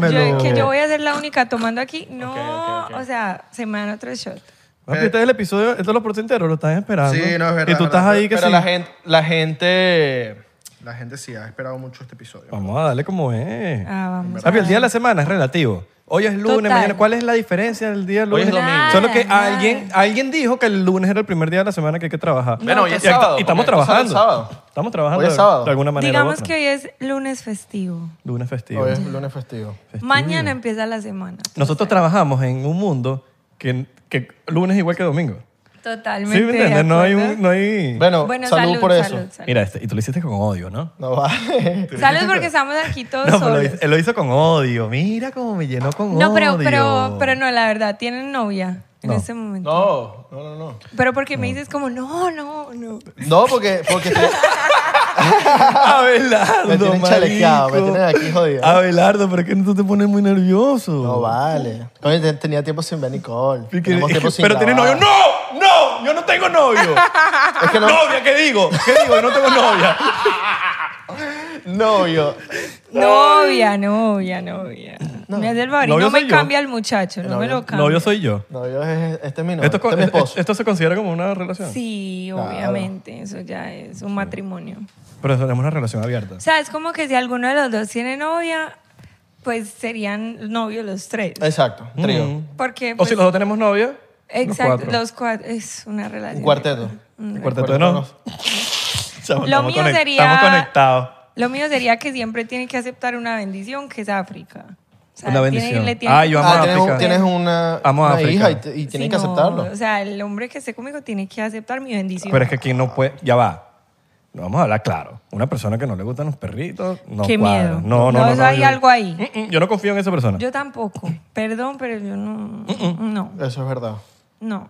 A: dámelo.
B: Yo- que yo voy a ser la única tomando aquí. No,
C: Ok, ok, ok.
B: o sea, se me dan otro shot.
A: Papi, este es el episodio, estos son los porcenteros, lo están esperando. Y tú estás ahí que
C: Pero
A: sí.
C: la gente, la gente. La gente sí ha esperado mucho este episodio.
A: Vamos a darle como es.
B: Ah, vamos.
A: Papi, el día de la semana es relativo. Hoy es lunes,
B: Total.
A: mañana. ¿Cuál es la diferencia del día del
D: Hoy
A: lunes?
D: es domingo.
A: Solo que
B: Nada,
A: alguien, alguien dijo que el lunes era el primer día de la semana que hay que trabajar.
D: Bueno, hoy es
A: Y act-
D: sábado,
A: Y estamos
D: porque esto sale el
A: trabajando.
D: sábado.
A: Estamos trabajando
C: Hoy es
A: de-
C: sábado.
A: de alguna manera. u
B: Digamos
A: otra.
B: que hoy es lunes festivo.
A: Lunes festivo.
C: Hoy es lunes festivo.
B: Mañana empieza la semana.
A: Nosotros trabajamos en un mundo que, que lunes es igual que domingo.
B: Totalmente.
A: ¿Sí me
B: de
A: entiendes? No hay
B: acuerdo.
A: un. No hay...
C: Bueno,
B: Bueno,
C: salud,
B: salud,
C: por
B: salud,
C: eso.
B: salud.
A: Mira, este, y tú lo hiciste con odio, ¿no?
C: No vale.
B: Salud porque estamos aquí todos
A: [LAUGHS] No, pero lo
B: solos.
A: hizo, él lo hizo con odio. Mira cómo me llenó con
B: No,
A: odio.
B: pero, pero, pero no, la verdad, tienen novia en
A: No.
B: este momento.
C: No, no, no, no.
B: Pero porque me dices como, no, no, no.
C: [LAUGHS] No, porque,
A: [LAUGHS]
C: porque te-
A: Abelardo,
C: Me tienen chalequeado, me
A: marico.
C: tienen aquí jodido.
A: Abelardo, ¿pero qué no tú te pones muy nervioso?
C: no vale. Coño, te- tenía tiempo sin ver a Nicole.
A: Y que-
C: Tenemos tiempo sin
A: pero tiene novio.
C: grabar.
A: ¡No! ¡No! ¡Yo no tengo novio!
C: [LAUGHS] Es que no,
A: ¿Novia? ¿Qué digo? ¿Qué digo? Yo no tengo novia.
C: novio.
B: Novia, novia, novia. Me hace el favor. y
A: Novio
B: No me
A: soy yo.
B: cambia el muchacho, no, me lo
A: [LAUGHS]
B: cambia.
A: Novio soy yo.
C: Novio es, este es mi novio.
A: Esto, es co-
C: este es mi esposo.
A: esto se considera como una relación.
B: Sí, obviamente, eso ya es un matrimonio.
A: Pero tenemos una relación abierta.
B: O sea, es como que si alguno de los dos tiene novia, pues serían novios los tres.
C: Exacto, trío.
A: Mm.
B: Porque,
A: O
B: pues,
A: si los dos tenemos novia.
B: exacto,
A: cuatro.
B: los cuatro, es una relación.
C: Un cuarteto.
B: Mm.
A: Cuarteto de no. [LAUGHS] Chamo,
B: Lo
A: estamos
B: mío
A: conect-
B: sería.
A: Estamos conectados.
B: Lo mío sería que siempre tiene que aceptar una bendición, que es África. O sea,
A: Una
B: tiene-
A: bendición.
B: le tiene
A: Ah,
B: que-
A: yo amo
C: Ah,
A: a
C: tienes, un-
A: África.
C: tienes una,
A: Amo a
C: una
A: África.
C: hija y, te- y tienes
B: Sí,
C: que
B: no,
C: aceptarlo.
B: O sea, el hombre que esté conmigo tiene que aceptar mi bendición.
A: Pero es que aquí no puede. Ya va. No vamos a hablar claro. Una persona que no le gustan los perritos, no
B: Qué
A: cuadra.
B: miedo.
A: No, no,
B: No,
A: no.
B: eso hay
A: yo-
B: algo ahí.
A: Mm, mm, Yo no confío en esa persona.
B: Yo tampoco. Perdón, pero yo no.
C: Mm,
B: No,
C: Eso es verdad.
B: no.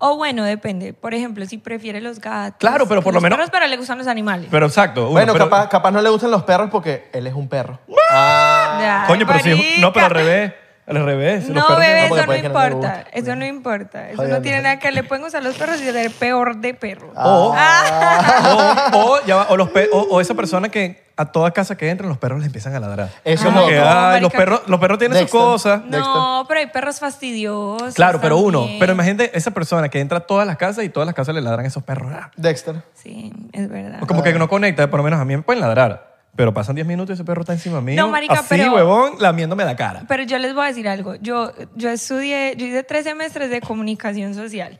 B: O bueno, depende. Por ejemplo, si prefiere los gatos.
A: Claro, pero por lo
B: los
A: menos-
B: perros, pero le gustan los animales.
A: Pero exacto. uno,
C: bueno,
A: pero-
C: capaz, capaz no le gustan los perros porque él es un perro. Ah,
B: Ay,
A: Coño, pero si es- No, pero al
B: marica.
A: revés. Al [LAUGHS] revés. los
B: No,
A: perros-
B: bebé,
C: no,
B: eso
C: porque
B: no
C: puede que no le
B: importa.
C: guste.
B: Eso no importa. Eso
C: Jodiendo.
B: no tiene nada que le pueden usar los perros y ser peor de Ah, perro.
A: O, [LAUGHS] o, o, ya va, o los pe- o, o esa persona que a toda casa que entran, los perros le empiezan a ladrar.
C: Eso
A: como
C: es
A: que,
B: otro.
A: ay, los
B: Marica.
A: perros, los perros tienen sus
C: Dexter.
A: cosas.
B: No, pero hay perros fastidiosos.
A: Claro, pero uno.
B: también.
A: Pero imagínate esa persona que entra a todas las casas y todas las casas le ladran a esos perros. Ah.
C: Dexter.
B: Sí, es verdad.
A: O Como que no conecta, por lo menos a mí me pueden ladrar. Pero pasan 10 minutos y ese perro está encima mío.
B: No, marica,
A: así,
B: pero-
A: huevón, lamiéndome la cara.
B: Pero yo les voy a decir algo. Yo, yo estudié, yo hice tres semestres de comunicación social.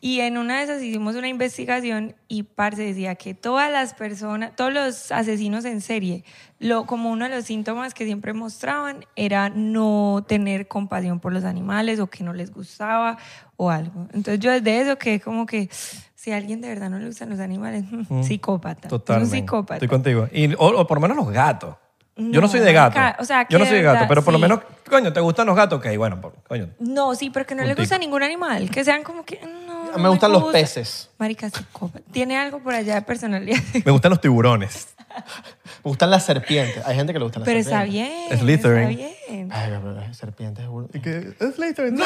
B: Y en una de esas hicimos una investigación y parce decía que todas las personas, todos los asesinos en serie, lo, como uno de los síntomas que siempre mostraban era no tener compasión por los animales o que no les gustaba o algo. Entonces yo desde eso que como que si a alguien de verdad no le gustan los animales, [LAUGHS] psicópata.
A: Mm,
B: Es
A: Totalmente.
B: Un psicópata.
A: Estoy contigo. Y, o, o por lo menos los gatos. Yo no
B: No,
A: soy de gato.
B: marica, o sea, que
A: Yo no
B: de
A: soy de
B: verdad,
A: gato, pero por lo
B: sí.
A: menos, coño, ¿te gustan los gatos? Ok, bueno, por- coño.
B: No, sí, pero que no le
A: Puntico.
B: gusta ningún animal. Que sean como que. "Mm, No, no
C: Me gustan los
B: gusta.
C: peces.
B: Marica, psicópata. Tiene algo por allá
A: [LAUGHS]
B: de personalidad.
A: Me gustan los tiburones.
C: Me gustan las serpientes. Hay gente que le gustan las
B: Pero está
C: serpientes.
B: bien. Está
A: Slytherin.
B: bien.
A: Ah.
C: Ay, pero las serpientes. es bur-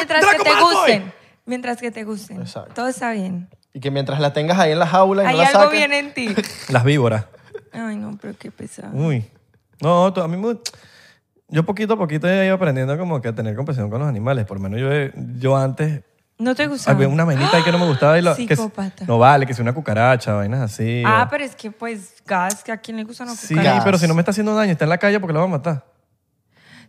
B: Mientras que te gusten. Mientras que te gusten.
C: Exacto.
B: Todo está bien.
C: Y que mientras la tengas ahí en la jaula y
B: Hay
C: no la
B: algo
C: saques.
B: bien
A: [LAUGHS]
B: en ti.
A: Las víboras.
B: Ay, no, pero qué pesado.
A: Uy. No, to- a mí me... Yo poquito a poquito he ido aprendiendo como que a tener compasión con los animales. Por lo menos yo, yo antes
B: No te gustaba.
A: había una vainita ahí que no me gustaba. Y la- que,
B: Psicópata.
A: no vale, que sea una cucaracha, vainas así.
B: Ah,
A: o-
B: pero es que, pues, gas, que a quien le gustan los
A: Sí,
B: cucarachas.
A: pero si no me está haciendo daño, está en la calle porque la va a matar.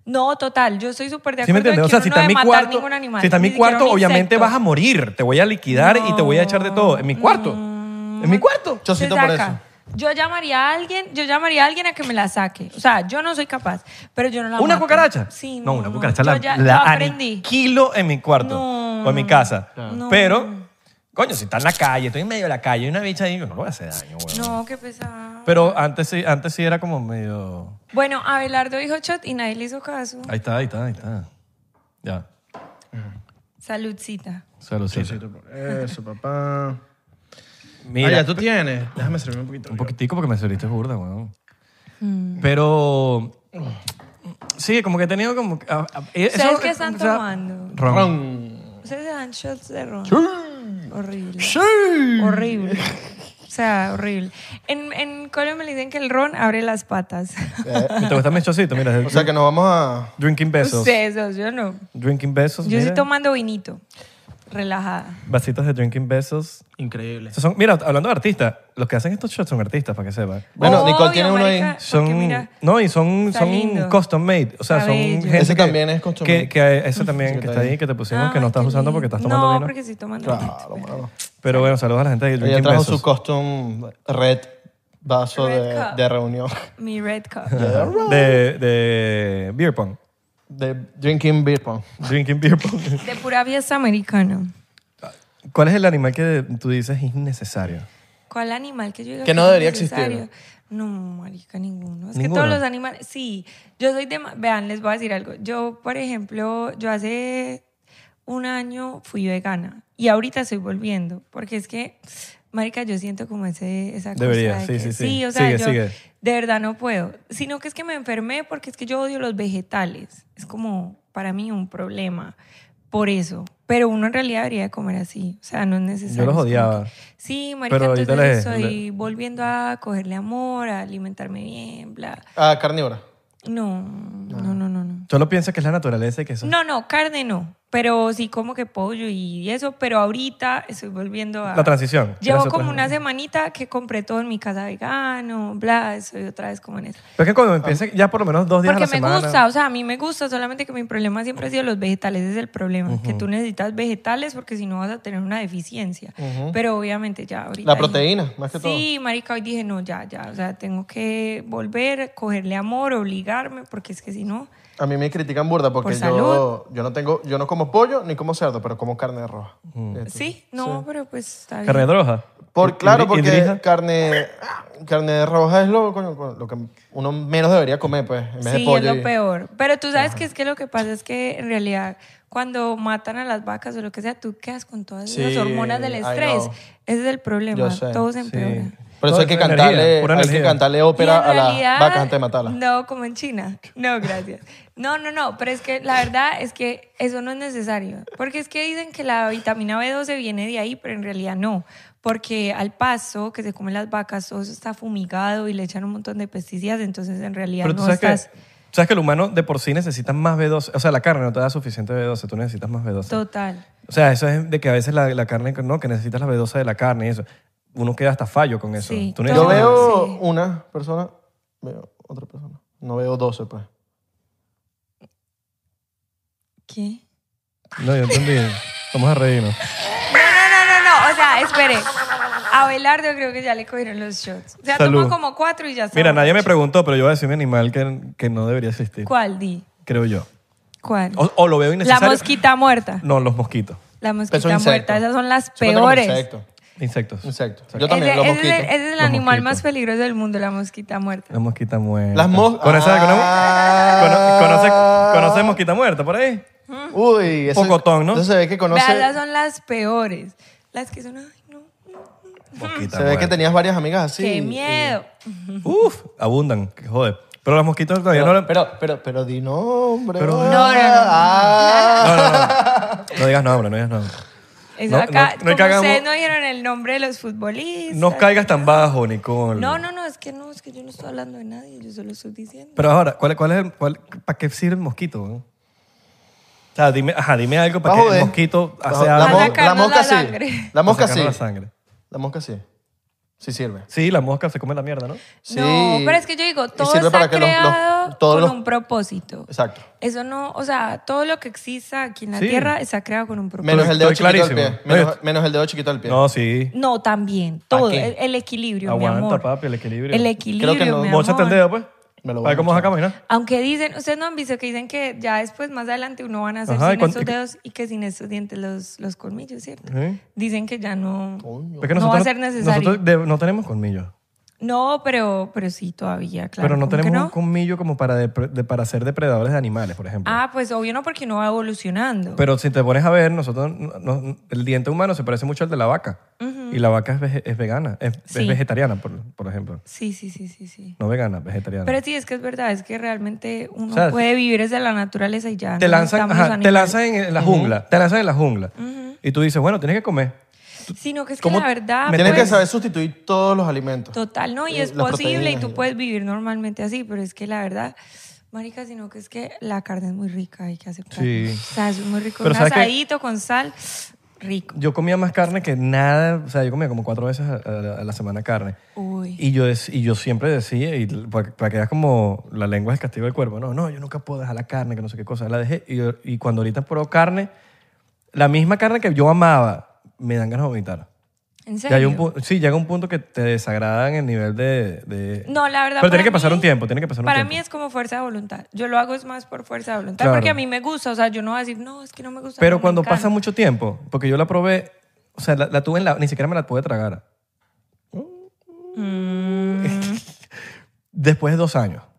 B: No, total. Yo soy súper de
A: ¿Sí me
B: acuerdo. de
A: entiendes? O
B: que
A: sea,
B: uno
A: si
B: no
A: está en
B: debe
A: mi
B: matar
A: cuarto,
B: ningún animal,
A: si está en
B: ni
A: mi
B: siquiera un
A: cuarto, obviamente
B: insecto.
A: vas a morir. Te voy a liquidar y te voy a echar de todo. En mi cuarto. En mi cuarto.
C: Chocito
B: Se
C: por
B: saca.
C: eso.
B: Yo llamaría a alguien, yo llamaría a alguien a que me la saque. O sea, yo no soy capaz, pero yo no la
A: ¿Una
B: mato.
A: cucaracha?
B: Sí,
A: No,
B: no,
A: una
B: no.
A: cucaracha
B: Yo
A: la,
B: ya-
A: la
B: yo aprendí.
A: aniquilo en mi cuarto
B: No,
A: o en mi casa.
B: No.
A: Pero, coño, si está en la calle, estoy en medio de la calle y una bicha ahí, yo no le voy a hacer daño, güey.
B: No, qué pesado.
A: Pero antes sí, antes sí era como medio...
B: Bueno, Abelardo dijo shot y nadie le hizo caso.
A: Ahí está, ahí está, ahí está. Ya.
B: Saludcita.
A: Saludcita.
D: Eso,
C: [LAUGHS]
D: papá. Ah,
A: Mira,
D: ya tú tienes. Déjame servirme un poquito.
A: Un poquitico porque me serviste burda, weón.
B: Mm.
A: Pero. Sí, como que he tenido como. que- a- a- eh,
B: ¿Ustedes
A: eso-
B: qué están
A: o sea, [LAUGHS]
B: tomando?
A: Ron.
B: Ustedes se dan shots de ron. Horrible. Horrible. O sea, horrible. En, en Colombia le dicen que el ron abre las patas. [LAUGHS]
A: ¿Te gustan mis chocitos? Mira, es
C: O sea que nos vamos a...
A: drinking besos.
B: Ustedes dos, yo no.
A: Drinking besos.
B: Yo
A: mira.
B: estoy tomando vinito. relajada.
A: Vasitos de Drinking Vessels.
D: Increíble.
A: Estos son- mira, hablando de artistas, los que hacen estos shots son artistas, para que sepan.
C: Bueno,
B: Obvio,
C: Nicole tiene uno ahí.
B: marica, porque
A: Son,
B: mira,
A: no, y son,
B: está
A: son
B: lindo.
A: custom made. O sea,
B: Está
A: son
B: bello.
A: gente
C: Ese
A: que-
C: también es custom
A: que,
C: made.
A: que- ese también que está ahí, que te pusimos, que no
B: Ay,
A: estás
B: qué
A: usando
B: lindo.
A: porque estás tomando
B: ah, no,
A: vino.
B: porque estoy tomando
C: Claro,
B: vino.
C: mano.
A: Pero bueno, saludos a la gente de
C: Ella
A: Drinking
C: trajo
A: Vessels.
C: su custom red vaso
B: Red
C: de,
B: cup.
C: de reunión.
B: Mi red cup.
A: Ajá. De, de beer pong.
C: De drinking beer pong.
A: Drinking beer pong.
B: [LAUGHS] De pura fiesta americana.
A: ¿Cuál es el animal que tú dices es innecesario?
B: ¿Cuál animal que yo diga
C: Que no
B: es
C: debería
B: necesario?
C: existir.
B: No, marica, ninguno. Es que
A: Ninguno.
B: todos los animales... Sí, yo soy de... ma- Vean, les voy a decir algo. Yo, por ejemplo, yo hace un año fui vegana y ahorita estoy volviendo porque es que, marica, yo siento como ese, esa cosa
A: Debería,
B: de
A: sí, sí,
B: que-
A: sí.
B: o sea,
A: Sigue,
B: yo
A: sigue.
B: de verdad no puedo. Sino que es que me enfermé porque es que yo odio los vegetales. Es como para mí un problema. Por eso. Pero uno en realidad debería de comer así. O sea, no es necesario.
A: Yo los
B: Es como
A: odiaba.
B: que- Sí, marica,
A: Pero ahorita
B: entonces
A: le-
B: estoy volviendo a cogerle amor, a alimentarme bien, bla.
C: Ah, carnívora.
B: No, no, no, no, no.
A: Solo piensa que es la naturaleza y que eso.
B: No, no, carne no. Pero sí como que pollo y eso. Pero ahorita estoy volviendo a...
A: La transición.
B: Llevo
A: Gracias,
B: como
A: pues.
B: una semanita que compré todo en mi casa vegano, bla, soy otra vez como en eso.
A: Pero es que cuando empieza ya por lo menos dos días
B: Ah. Porque
A: a la
B: me
A: semana.
B: gusta, o sea, a mí me gusta, solamente que mi problema siempre ha sido los vegetales, ese es el problema, que tú necesitas vegetales porque si no vas a tener una deficiencia. Pero obviamente ya ahorita...
C: La
B: dije-
C: proteína, más que todo.
B: Sí, marica, hoy dije, no, ya, ya, o sea, tengo que volver, cogerle amor, obligarme, porque es que si no...
C: A mí me critican burda porque
B: Por
C: yo, yo no tengo, yo no como pollo ni como cerdo, pero como carne roja. Esto.
B: Sí, no, pero pues está bien.
A: Carne de droga.
C: Por,
A: Hid-
C: claro,
A: hid-
C: porque
A: hidrija.
C: carne, carne roja es lo, coño, pues, lo que uno menos debería comer, pues, en vez de
B: Sí,
C: pollo.
B: es lo
C: y-
B: peor. Pero tú sabes que es que lo que pasa es que en realidad cuando matan a las vacas o lo que sea, tú quedas con todas
C: Sí,
B: las hormonas del
C: I
B: estrés.
C: know.
B: Ese es el problema.
C: Yo sé,
B: Todo se
A: Sí.
B: empeora.
C: Por eso
A: Todo
C: hay que
A: es energía,
C: cantarle,
A: pura
C: hay que
A: energía.
C: cantarle
B: Y
C: ópera
B: en
C: a
B: realidad,
C: las vacas antes de matarlas.
B: No, como en China. No, gracias. No, no, no, pero es que la verdad es que eso no es necesario. Porque es que dicen que la vitamina B12 viene de ahí, pero en realidad no. Porque al paso que se comen las vacas, todo eso está fumigado y le echan un montón de pesticidas, entonces en realidad
A: Pero
B: no
A: tú sabes
B: estás...
A: que. Sabes que el humano de por sí necesita más B12. O sea, la carne no te da suficiente B12. Tú necesitas más B12.
B: Total.
A: O sea, eso es de que a veces la, la carne, no, que necesitas la B12 de la carne y eso. Uno queda hasta fallo con eso.
B: Sí,
A: Tú
B: todo.
C: Yo
A: necesitas-
C: veo
B: Sí.
C: una persona, veo otra persona. No veo 12, pues.
B: ¿Qué?
A: No, yo entendí. Vamos a reírnos.
B: No, no, no, no, no. O sea, espere. A Belardo creo que ya le cogieron los shots. O sea,
A: Salud.
B: tomó como cuatro y ya está.
A: Mira, nadie me
B: borracho.
A: preguntó, pero yo voy a decir un animal que, que no debería existir.
B: ¿Cuál, Di?
A: Creo yo.
B: ¿Cuál?
A: O, o lo veo
B: La
A: innecesario.
B: mosquita muerta.
A: No, los mosquitos.
B: La
C: Eso
B: mosquita
C: es
B: muerta.
C: insecto.
B: Esas son las
C: Eso cuenta como
B: peores.
C: Insecto.
A: Insectos.
C: Insecto.
A: Exacto.
C: eh. Yo también,
B: ese,
C: los
B: ese es el-
C: mosquitos.
B: ese es el
A: Los
B: animal
A: mosquitos.
B: más peligroso del mundo, la mosquita muerta.
A: La mosquita muerta.
C: Las mos-
A: ¿Conoces,
C: Ah.
A: cono- conoce- conoce mosquita muerta por ahí?
C: Uy, ese,
A: Pocotón, ¿no?
C: Eso se ve que
B: Vea,
C: conoce.
B: esas son las peores. Las que son, ay, no.
A: Mosquita
C: se ve que
A: muerta.
C: tenías varias amigas así.
B: Qué miedo.
A: Uf, abundan. que Joder. Pero los mosquitos todavía no
C: Pero,
A: lo-
C: pero, pero, pero di nombre.
A: Pero-
C: ah,
A: No,
B: no, no, no.
C: ah.
A: No, no, no. No digas nombre, no digas nombre.
B: Eso
A: No,
B: acá,
A: no, no
B: como
A: cagamos-
B: ustedes no dijeron el nombre de los futbolistas.
A: No caigas tan bajo, Nicole.
B: No, no, no, es que no, es que yo no estoy hablando de nadie, yo solo estoy diciendo.
A: Pero ahora, ¿cuál, cuál es el, cuál, ¿para qué sirve el mosquito? weón? O sea, dime, ajá, dime algo para
C: Va a
A: que el
C: joder.
A: mosquito
C: La-
A: hace
C: la,
A: algo.
C: mo-
B: Para
C: la
B: sacarnos
C: mosca
B: la
C: sí.
B: sangre.
C: La mosca
A: para sacarnos
C: sí.
A: la sangre.
C: La mosca sí. Sí sirve.
A: Sí, la mosca se come la mierda, ¿no?
C: Sí.
B: No, pero es que yo digo,
C: Y
B: todo
C: sirve
B: está
C: para que los- los-
B: creado
C: todos
B: con
C: los-
B: un propósito.
C: Exacto.
B: Eso no, o sea, todo lo que exista aquí en la
A: Sí.
B: Tierra está creado con un propósito.
C: Menos el dedo
A: Estoy
C: chiquito del
A: clarísimo.
C: pie. Menos,
A: Oye.
C: menos el dedo chiquito del pie.
A: No, sí.
B: No, también, todo,
C: qué?
B: el, el equilibrio, mi
A: Aguanta,
B: amor.
A: papi, el equilibrio.
B: El equilibrio,
C: Creo que no-
B: mi
A: Mochate el
B: amor.
A: dedo, pues.
C: Me lo voy
A: A ver
C: a
A: cómo vas a caminar.
B: Aunque dicen, ustedes no han visto que dicen que ya después, más adelante, uno van a hacer
A: Ajá, y
B: sin
A: con-
B: estos
A: y que-
B: dedos y que sin estos dientes los, los colmillos, ¿cierto?
A: Sí.
B: Dicen que ya no...
A: Es que
B: No va a ser necesario.
A: Nosotros de- no tenemos colmillos.
B: No, pero, pero sí, todavía, claro.
A: pero no
B: ¿cómo que
A: tenemos un colmillo como para, depre- de- para ser depredadores de animales, por ejemplo.
B: Ah, pues obvio no, porque no va evolucionando.
A: Pero si te pones a ver, nosotros no- no- el diente humano se parece mucho al de la vaca. Y la vaca es, vege- es vegana, es, es
B: Sí.
A: vegetariana, por, por ejemplo.
B: Sí, sí, sí, sí, sí.
A: No vegana, vegetariana.
B: Pero sí, es que es verdad, es que realmente uno
A: O sea,
B: puede vivir desde la naturaleza y ya.
A: te,
B: no
A: lanzan,
B: necesitamos
A: ajá, te
B: animales.
A: lanzan en la jungla, te lanzan en la jungla. Y tú dices, bueno, tienes que comer.
B: Sino que es que
A: ¿Cómo
B: la verdad.
A: me
C: Tienes que
B: pues,
C: saber sustituir todos los alimentos.
B: Total, no, y
C: Eh,
B: es
C: las
B: posible y
C: proteínas y
B: tú
C: ya.
B: puedes vivir normalmente así, pero es que la verdad. Marica, sino que es que la carne es muy rica, hay que aceptar.
A: Sí.
B: O sea, es muy rico.
A: Pero
B: un
A: ¿sabes qué?
B: asadito con sal. Rico.
A: Yo comía más carne que nada, o sea, yo comía como cuatro veces a, a la- a la semana carne.
B: Uy.
A: Y yo, dec- y yo siempre decía, y l- para, para que veas como la lengua es el castigo del cuerpo, no, no, yo nunca puedo dejar la carne, que no sé qué cosa, la dejé. Y, yo- y cuando ahorita pruebo carne, la misma carne que yo amaba, me dan ganas de vomitar.
B: ¿En
A: Ya
B: serio?
A: hay un pu- sí, llega un punto que te desagradan el nivel de... de-
B: No, la verdad.
A: Pero tiene
B: para
A: que pasar
B: mí-
A: un tiempo, tiene que pasar un
B: Para
A: tiempo.
B: mí es como fuerza de voluntad. Yo lo hago es más por fuerza de voluntad
A: Claro.
B: porque a mí me gusta. O sea, yo no voy a decir, no, es que no me gusta. no
A: Pero
B: me
A: cuando
B: encanta".
A: pasa mucho tiempo, porque yo la probé, o sea, la, la tuve en la... Ni siquiera me la pude tragar. Después de dos años.
B: Mm,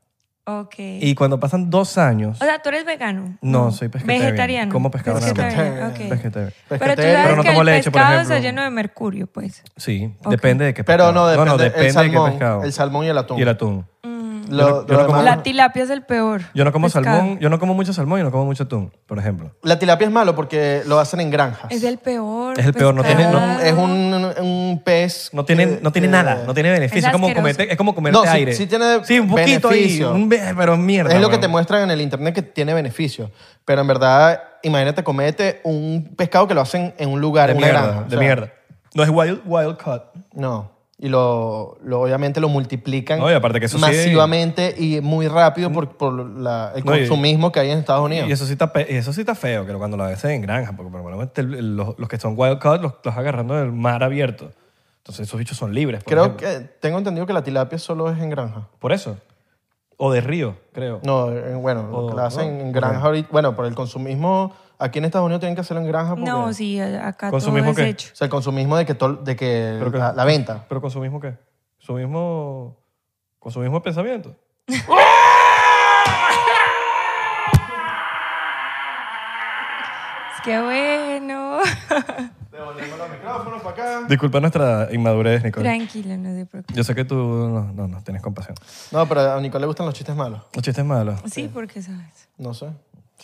B: Ok.
A: [LAUGHS] Y cuando pasan dos años...
B: o sea, tú eres vegano.
A: No, soy pescatarian.
B: Vegetariano.
A: Como pescado nada más.
B: Pescatarian, ok.
A: Vegetarian.
B: Pero tú
C: Pescatarian.
B: sabes
A: Pero no
B: que
A: tomo
B: el
A: leche, por
B: pescado está
A: ejemplo.
B: lleno de mercurio, pues.
A: Sí,
B: Ok.
A: depende de qué pescado.
C: Pero no, depende,
A: no, depende
C: el salmón,
A: de qué pescado.
C: el salmón y el atún.
A: y el atún. Yo
C: Lo-
A: no- yo
C: lo
A: no como-
C: demás-
B: La tilapia es el peor.
A: Ah. Yo no como
B: pescado.
A: salmón, yo no como mucho salmón y no como mucho atún, por ejemplo.
C: La tilapia es malo porque lo hacen en granjas.
B: Es el peor.
A: Es el peor, no
C: Es
A: tiene-
C: un,
B: pescado.
C: es un, un pez.
A: No tiene,
C: que-
A: no tiene
C: que-
A: nada, no tiene beneficio. Es, como
B: asqueroso.
A: comerte, es como comerte
C: Eh, No, sí-
A: aire.
C: sí tiene
A: Sí, un poquito
C: beneficio.
A: ahí, un be- pero mierda.
C: Es lo que
A: weón.
C: te muestran en el internet que tiene beneficios. Pero en verdad, imagínate comete un pescado que lo hacen en un lugar,
A: De
C: en una
A: mierda,
C: granja. o
A: de
C: sea,
A: mierda. No es wild, wild cut.
C: No. Y lo, lo- obviamente lo multiplican
A: No, y aparte que eso sí-
C: masivamente y muy rápido por, por la- el
A: No, y-
C: consumismo que hay en Estados Unidos.
A: Y eso sí está, pe- y eso sí está feo, que lo- cuando lo hacen en granja, porque normalmente el- el- los, los que son wild cut los estás agarrando del mar abierto. Entonces esos bichos son libres. por
C: Creo
A: ejemplo.
C: que tengo entendido que la tilapia solo es en granja.
A: Por eso. O de río, creo.
C: No, en- bueno, lo
A: O-
C: que la hacen
A: no,
C: en granja ahorita. Bueno, por el consumismo, aquí en Estados Unidos tienen que hacerlo en granja porque.
B: No, sí, acá todo
A: ¿Consumismo
B: es
A: qué?
B: hecho.
C: O sea, el consumismo de que, tol- de que,
A: Pero que-
C: la, la venta.
A: ¿Pero con su mismo qué? ¿Su mismo, ¿Con su mismo pensamiento?
B: Es
A: [LAUGHS]
B: que bueno.
A: Disculpa nuestra inmadurez, Nicole.
B: Tranquilo, no se preocupe.
A: Yo sé que tú no, no, no tienes compasión.
C: No, pero a Nicole le gustan los chistes malos.
A: Los chistes malos.
B: Sí, porque sabes.
C: No sé.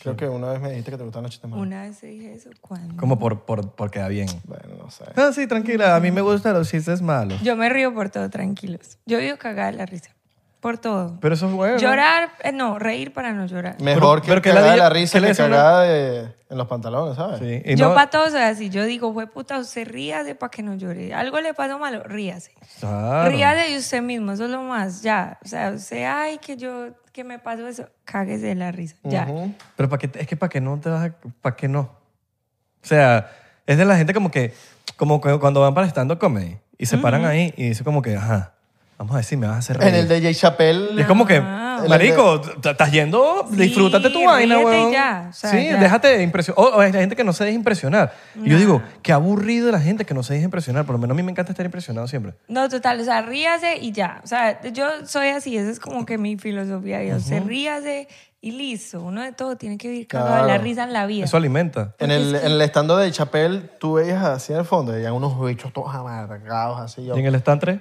C: Creo que una vez me dijiste que te gustan los chistes malos.
B: Una vez te dije eso, ¿cuándo?
A: Como por, por, por quedar bien.
C: Bueno, no sé.
A: Ah, sí, tranquila. A mí me gustan los chistes malos.
B: Yo me río por todo, tranquilos. Yo vivo cagada de la risa. Por todo.
A: Pero eso es bueno.
B: Llorar, eh, no, reír para no llorar.
C: Mejor
A: Pero- pero
C: que
A: que la
C: cagada de
A: di-
C: la risa
A: que le
C: que
A: decían-
C: cagada de- en los pantalones, ¿sabes?
A: Sí, y
B: Yo
A: no-
B: para todos soy así. Yo digo, fue puta, usted ríase para que no llore. Algo le pasó malo, ríase.
A: Claro.
B: Ríase de usted mismo, eso es lo más, ya. O sea, usted, ay, que yo, que me pasó eso, cáguese de la risa, ya.
C: Ujú.
A: Pero para que, es que para que no te vas a... Para que no. O sea, es de la gente como que... Como cu- cuando van para stand-up comedy y se paran ahí y dicen como que, ajá, vamos a decir, me vas a hacer reír.
C: En el de Jay Chappelle.
A: Y es como que,
B: Ah.
A: marico, t- estás yendo,
B: Sí,
A: disfrútate tu vaina,
B: ríete y
A: weón.
B: ya, o sea,
A: sí,
B: ya.
A: déjate impresionar. O, o es la gente que no se deja impresionar. Y yo digo, qué aburrido la gente que no se deja impresionar. Por lo menos a mí me encanta estar impresionado siempre.
B: No, total, o sea, ríase y ya. O sea, yo soy así, esa es como que mi filosofía. Yo sé, ríase y listo. Uno de todo tiene que vivir cagado de la
C: Claro.
B: risa en la vida.
A: Eso alimenta.
C: En el, en el estando de Chappelle, tú veías así en el fondo, veían unos bichos todos amargados, así. Yo,
A: Y en el stand 3,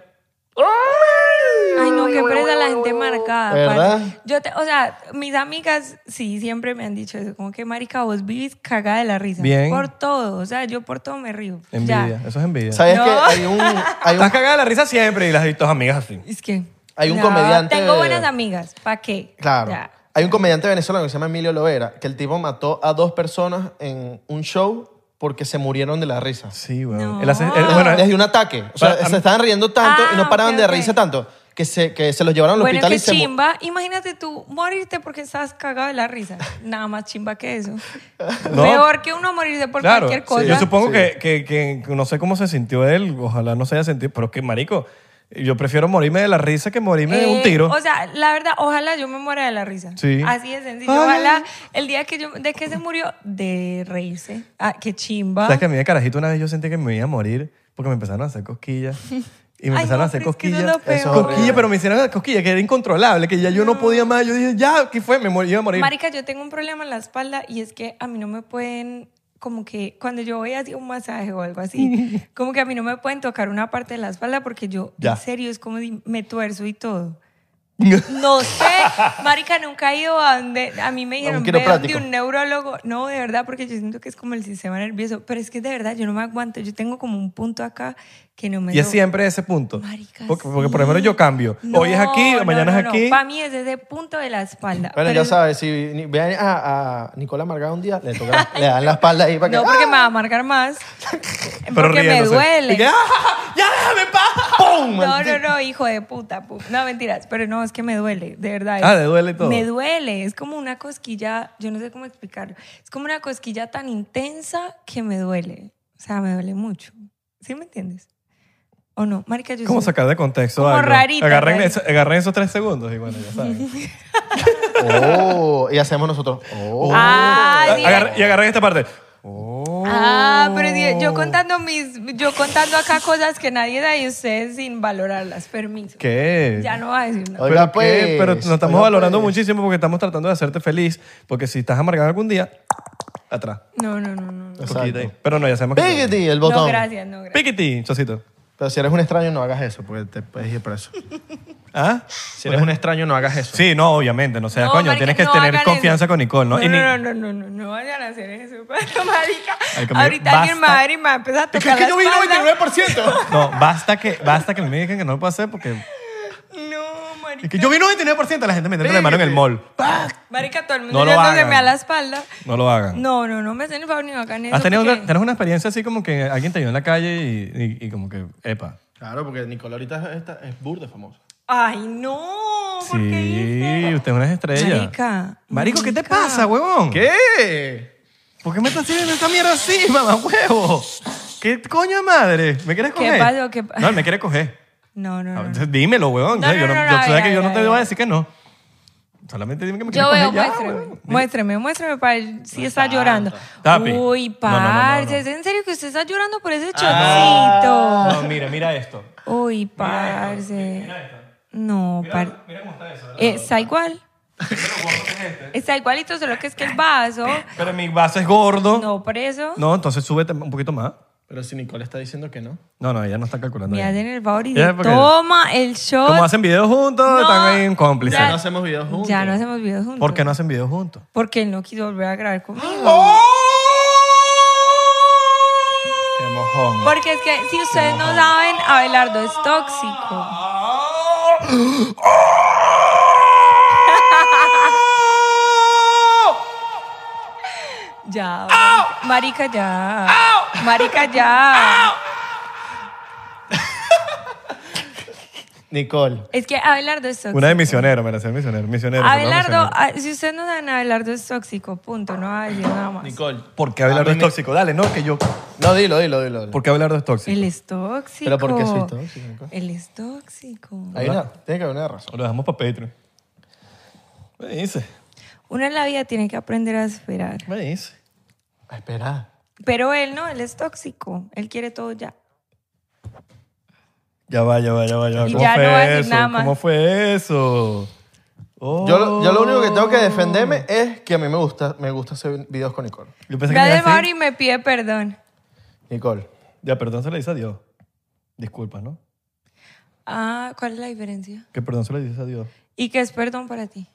B: Ay, no, qué presa la gente marcada.
C: ¿Verdad?
B: parce. Yo te- o sea, mis amigas sí siempre me han dicho eso, como que marica, vos vivís cagada de la risa.
A: Bien.
B: Por todo, o sea, yo por todo me río.
A: envidia.
B: Ya.
A: Eso es envidia.
C: ¿Sabes
B: No.
C: que hay un, hay un,
A: Estás cagada de la risa siempre y las visto amigas así.
B: Es que
C: Hay un comediante-
B: Tengo buenas amigas, ¿para qué?
C: Claro.
B: Ya.
C: Hay un comediante venezolano que se llama Emilio Lovera, que el tipo mató a dos personas en un show porque se murieron de la risa.
A: Sí, weón.
B: No.
A: Él hace- él- bueno,
C: Les dio un ataque. O sea,
A: Para- a
C: se
A: mí-
C: estaban riendo tanto y
B: Ah,
C: no paraban
B: ok,
C: de
B: ok.
C: reírse tanto que se, que se los llevaron al
B: Bueno,
C: hospital
B: qué
C: y se mu-
B: chimba. Imagínate tú morirte porque estás cagado de la risa. Nada más chimba que eso.
A: [LAUGHS] No.
B: Peor que uno morirse por
A: claro.
B: cualquier cosa.
A: sí. Yo supongo
C: Sí.
A: que, que- que- que no sé cómo se sintió él. Ojalá no se haya sentido. Pero es que, marico, yo prefiero morirme de la risa que morirme de un
B: Eh,
A: tiro.
B: O sea, la verdad, ojalá yo me muera de la risa.
A: Sí.
B: Así de sencillo.
A: Ay.
B: Ojalá el día que yo, de que se murió, de reírse. Ah, qué chimba.
A: ¿Sabes que a mí de carajito una vez yo sentí que me iba a morir porque me empezaron a hacer cosquillas? Y me
B: Ay,
A: empezaron
B: no,
A: a hacer
B: pero es que
A: cosquillas.
B: eso es lo
C: Eso es
B: peor.
A: cosquillas, pero me hicieron cosquillas que era incontrolable, que ya yo no podía más. Yo dije, ya, ¿qué fue? Me mor- iba a morir.
B: Marica, yo tengo un problema en la espalda y es que a mí no me pueden, como que cuando yo voy hacia un masaje o
A: [LAUGHS]
B: algo así, como que a mí no me pueden tocar una parte de la espalda porque yo,
A: Ya. [LAUGHS]
B: en serio, es como si me tuerzo y todo. No sé, marica, nunca he ido a donde, a mí me dijeron, ve
C: quiropráctico.
B: de un neurólogo. No, de verdad, porque yo siento que es como el sistema nervioso, pero es que de verdad yo no me aguanto, yo tengo como un punto acá que no me
A: Y es
B: lo-
A: siempre ese punto.
B: Marica,
A: porque, porque por
B: sí.
A: ejemplo yo cambio.
B: No,
A: Hoy es aquí,
B: no,
A: mañana
B: no,
A: es aquí.
B: No. Para mí es ese punto de la espalda.
C: Bueno,
B: pero-
C: ya sabes, si ni- vean a, a Nicolás Margado un día, le, toca, le dan la espalda ahí para que...
B: No, porque me va a
A: [LAUGHS]
B: marcar más.
A: ¡Ah! pero
B: porque me
A: riéndose.
B: duele.
A: Y que, ¡ah! ¡Ya déjame en paz!
C: ¡Ah,
A: ¡Pum!
B: No, no, no, hijo de puta. pu- No, mentiras, pero no, es que me duele, de verdad.
A: Ah,
B: es-
A: ¿le duele todo?
B: Me duele, es como una cosquilla, yo no sé cómo explicarlo. Es como una cosquilla tan intensa que me duele. O sea, me duele mucho. ¿Sí me entiendes? ¿O no? Marica, yo
A: ¿Cómo
B: soy-
A: sacar de contexto
B: Como
A: algo?
B: rarito,
A: agarren,
B: rarito.
A: eso- agarren esos tres segundos y bueno, ya saben.
B: [LAUGHS]
C: Oh, y hacemos nosotros. Oh.
B: Ah,
A: A-
B: sí.
A: agarren- y agarren esta parte.
B: Ah, pero sí,
A: Oh.
B: yo contando mis, yo contando acá cosas que nadie da y ustedes sin valorarlas, permiso.
A: ¿Qué?
B: Ya no va a decir nada.
C: Oiga,
A: Pero, qué,
C: pues,
A: pero nos estamos
C: oiga,
A: valorando
C: pues.
A: muchísimo porque estamos tratando de hacerte feliz. Porque si estás amargado algún día, atrás.
B: No, no, no, no. no.
C: Exacto.
A: Poquito ahí. Pero no, ya sabemos que-
C: Biggity, el
B: No,
C: botón.
B: gracias, no, gracias.
A: Piquiti, chocito.
C: Pero si eres un extraño, no hagas eso.
D: Eso, porque te puedes ir preso.
A: ¿Ah?
D: Si eres un extraño, no hagas eso.
A: Sí, no, obviamente, no seas
B: No,
A: coño.
B: marica,
A: Tienes que
B: no
A: tener
B: hagan
A: confianza
B: eso.
A: con Nicole, ¿no?
B: No,
A: Y ni-
B: no, no, no, no, no, no vayan a hacer eso, [LAUGHS] pero, marica.
A: Ay, conmigo,
B: Ahorita alguien me
A: basta.
B: va a ir y me va a empezar a
C: Es
B: tocar
C: que
B: la
C: yo vi
B: espalda.
C: 99%.
A: No, basta que, basta que me digan que no lo puedo hacer porque...
B: No,
A: Es
B: marica.
A: que yo vi 99% de la gente metiendo la mano en el mall.
B: Marica, todo el
A: No
B: mundo
A: lo
B: yéndose
A: hagan.
B: a la espalda.
A: No lo hagan.
B: No, no, no me hacen el favor ni me hagan eso.
A: ¿Has tenido
B: porque-
A: una, tenés una experiencia así como que alguien te vio en la calle y, y- y como que, epa?
D: [LAUGHS] Claro, porque Nicolás ahorita es, es burda famoso.
B: Ay, no, ¿por qué
A: Sí,
B: hice?
A: usted es una estrella.
B: Marica,
A: Marico, ¿qué te
B: marica.
A: pasa, huevón?
D: ¿Qué?
A: ¿Por qué me estás haciendo esa mierda así, [LAUGHS] mamá huevo? ¿Qué coño de madre? ¿Me quieres
B: ¿Qué
A: coger?
B: pasó? ¿Qué pa-
A: No, él me quiere coger.
B: No, no, no. no.
A: Ah, Entonces, Dímelo, huevón.
B: No,
A: O sea, yo
B: no, no,
A: yo-
B: no,
A: tú sabes
B: ya,
A: que yo no
B: ya,
A: te
B: ya.
A: voy a decir que no. Solamente dime que me quieres
B: Yo
A: coger
B: veo, pues,
A: ya,
B: muéstrame,
A: huevón.
B: muéstrame, muéstrame para ver si está llorando.
A: Tapi.
B: Uy,
A: No, no, no, no,
B: parce,
A: no.
B: ¿es en serio que usted está llorando por ese chocito?
A: No, mira, mira esto.
B: Uy, parce. No, parce.
A: Mira cómo está eso.
B: Eh, Está igual.
A: ¿verdad?
B: Está igualito, solo que es que el vaso.
A: Pero mi vaso es gordo. No.
B: No, por eso.
A: entonces súbete un poquito más.
D: Pero si Nicole está diciendo que no.
A: No, no, ella no está calculando.
B: Me
A: bien.
B: hacen el favor y
A: Ya,
B: dicen,
A: porque-
B: toma el
A: Como
B: shot.
A: hacen videos juntos,
B: No.
A: están ahí cómplices.
D: Ya no hacemos videos juntos.
B: Ya no hacemos videos juntos.
A: ¿Por qué no hacen videos juntos?
B: Porque él no quiso volver a grabar conmigo.
A: ¡Qué mojón!
B: Porque es que si ustedes no saben, Abelardo es tóxico. Ah. Ya. Marica, ya. Marica, ya.
C: Nicole.
B: Es que Abelardo es tóxico.
A: Una de misionero, me la hacía misionero. Misionero. pero no
B: Abelardo,
A: misionero.
B: ah, si ustedes no saben, Abelardo es tóxico, punto, no va a decir nada más.
D: Nicole.
A: ¿Por qué Abelardo
C: A
A: es
C: mí me-
A: tóxico? Dale, no, que yo.
C: No, dilo, dilo, dilo. dilo.
A: ¿Por qué Abelardo es tóxico?
B: Él es tóxico.
C: ¿Pero por qué soy tóxico, Nicole?
B: Él es tóxico.
C: Hay una, tiene que haber una razón.
A: Lo dejamos para Patreon. Me dice,
B: Uno en la vida tiene que aprender a esperar.
A: me dice.
D: Ah,
C: Espera.
B: Pero él no, él es tóxico. Él quiere todo ya.
A: Ya va, ya va, ya va, ya va.
B: Y
A: ¿Cómo
B: ya
A: fue
B: no va a decir
A: eso?
B: nada más.
A: ¿Cómo fue eso? Oh.
C: Yo, lo- yo lo único que tengo
D: Oh.
C: que defenderme es que a mí me gusta, me gusta hacer videos con Nicole.
A: Yo
B: Va
A: pensé que me iba a
B: de
A: decir-
B: Mauro y me pide perdón.
C: Nicole.
A: Ya, perdón se le dice a Dios. Disculpa, ¿no?
B: Ah, ¿cuál es la diferencia?
A: Que perdón se le dice a Dios.
B: ¿Y qué es perdón para ti?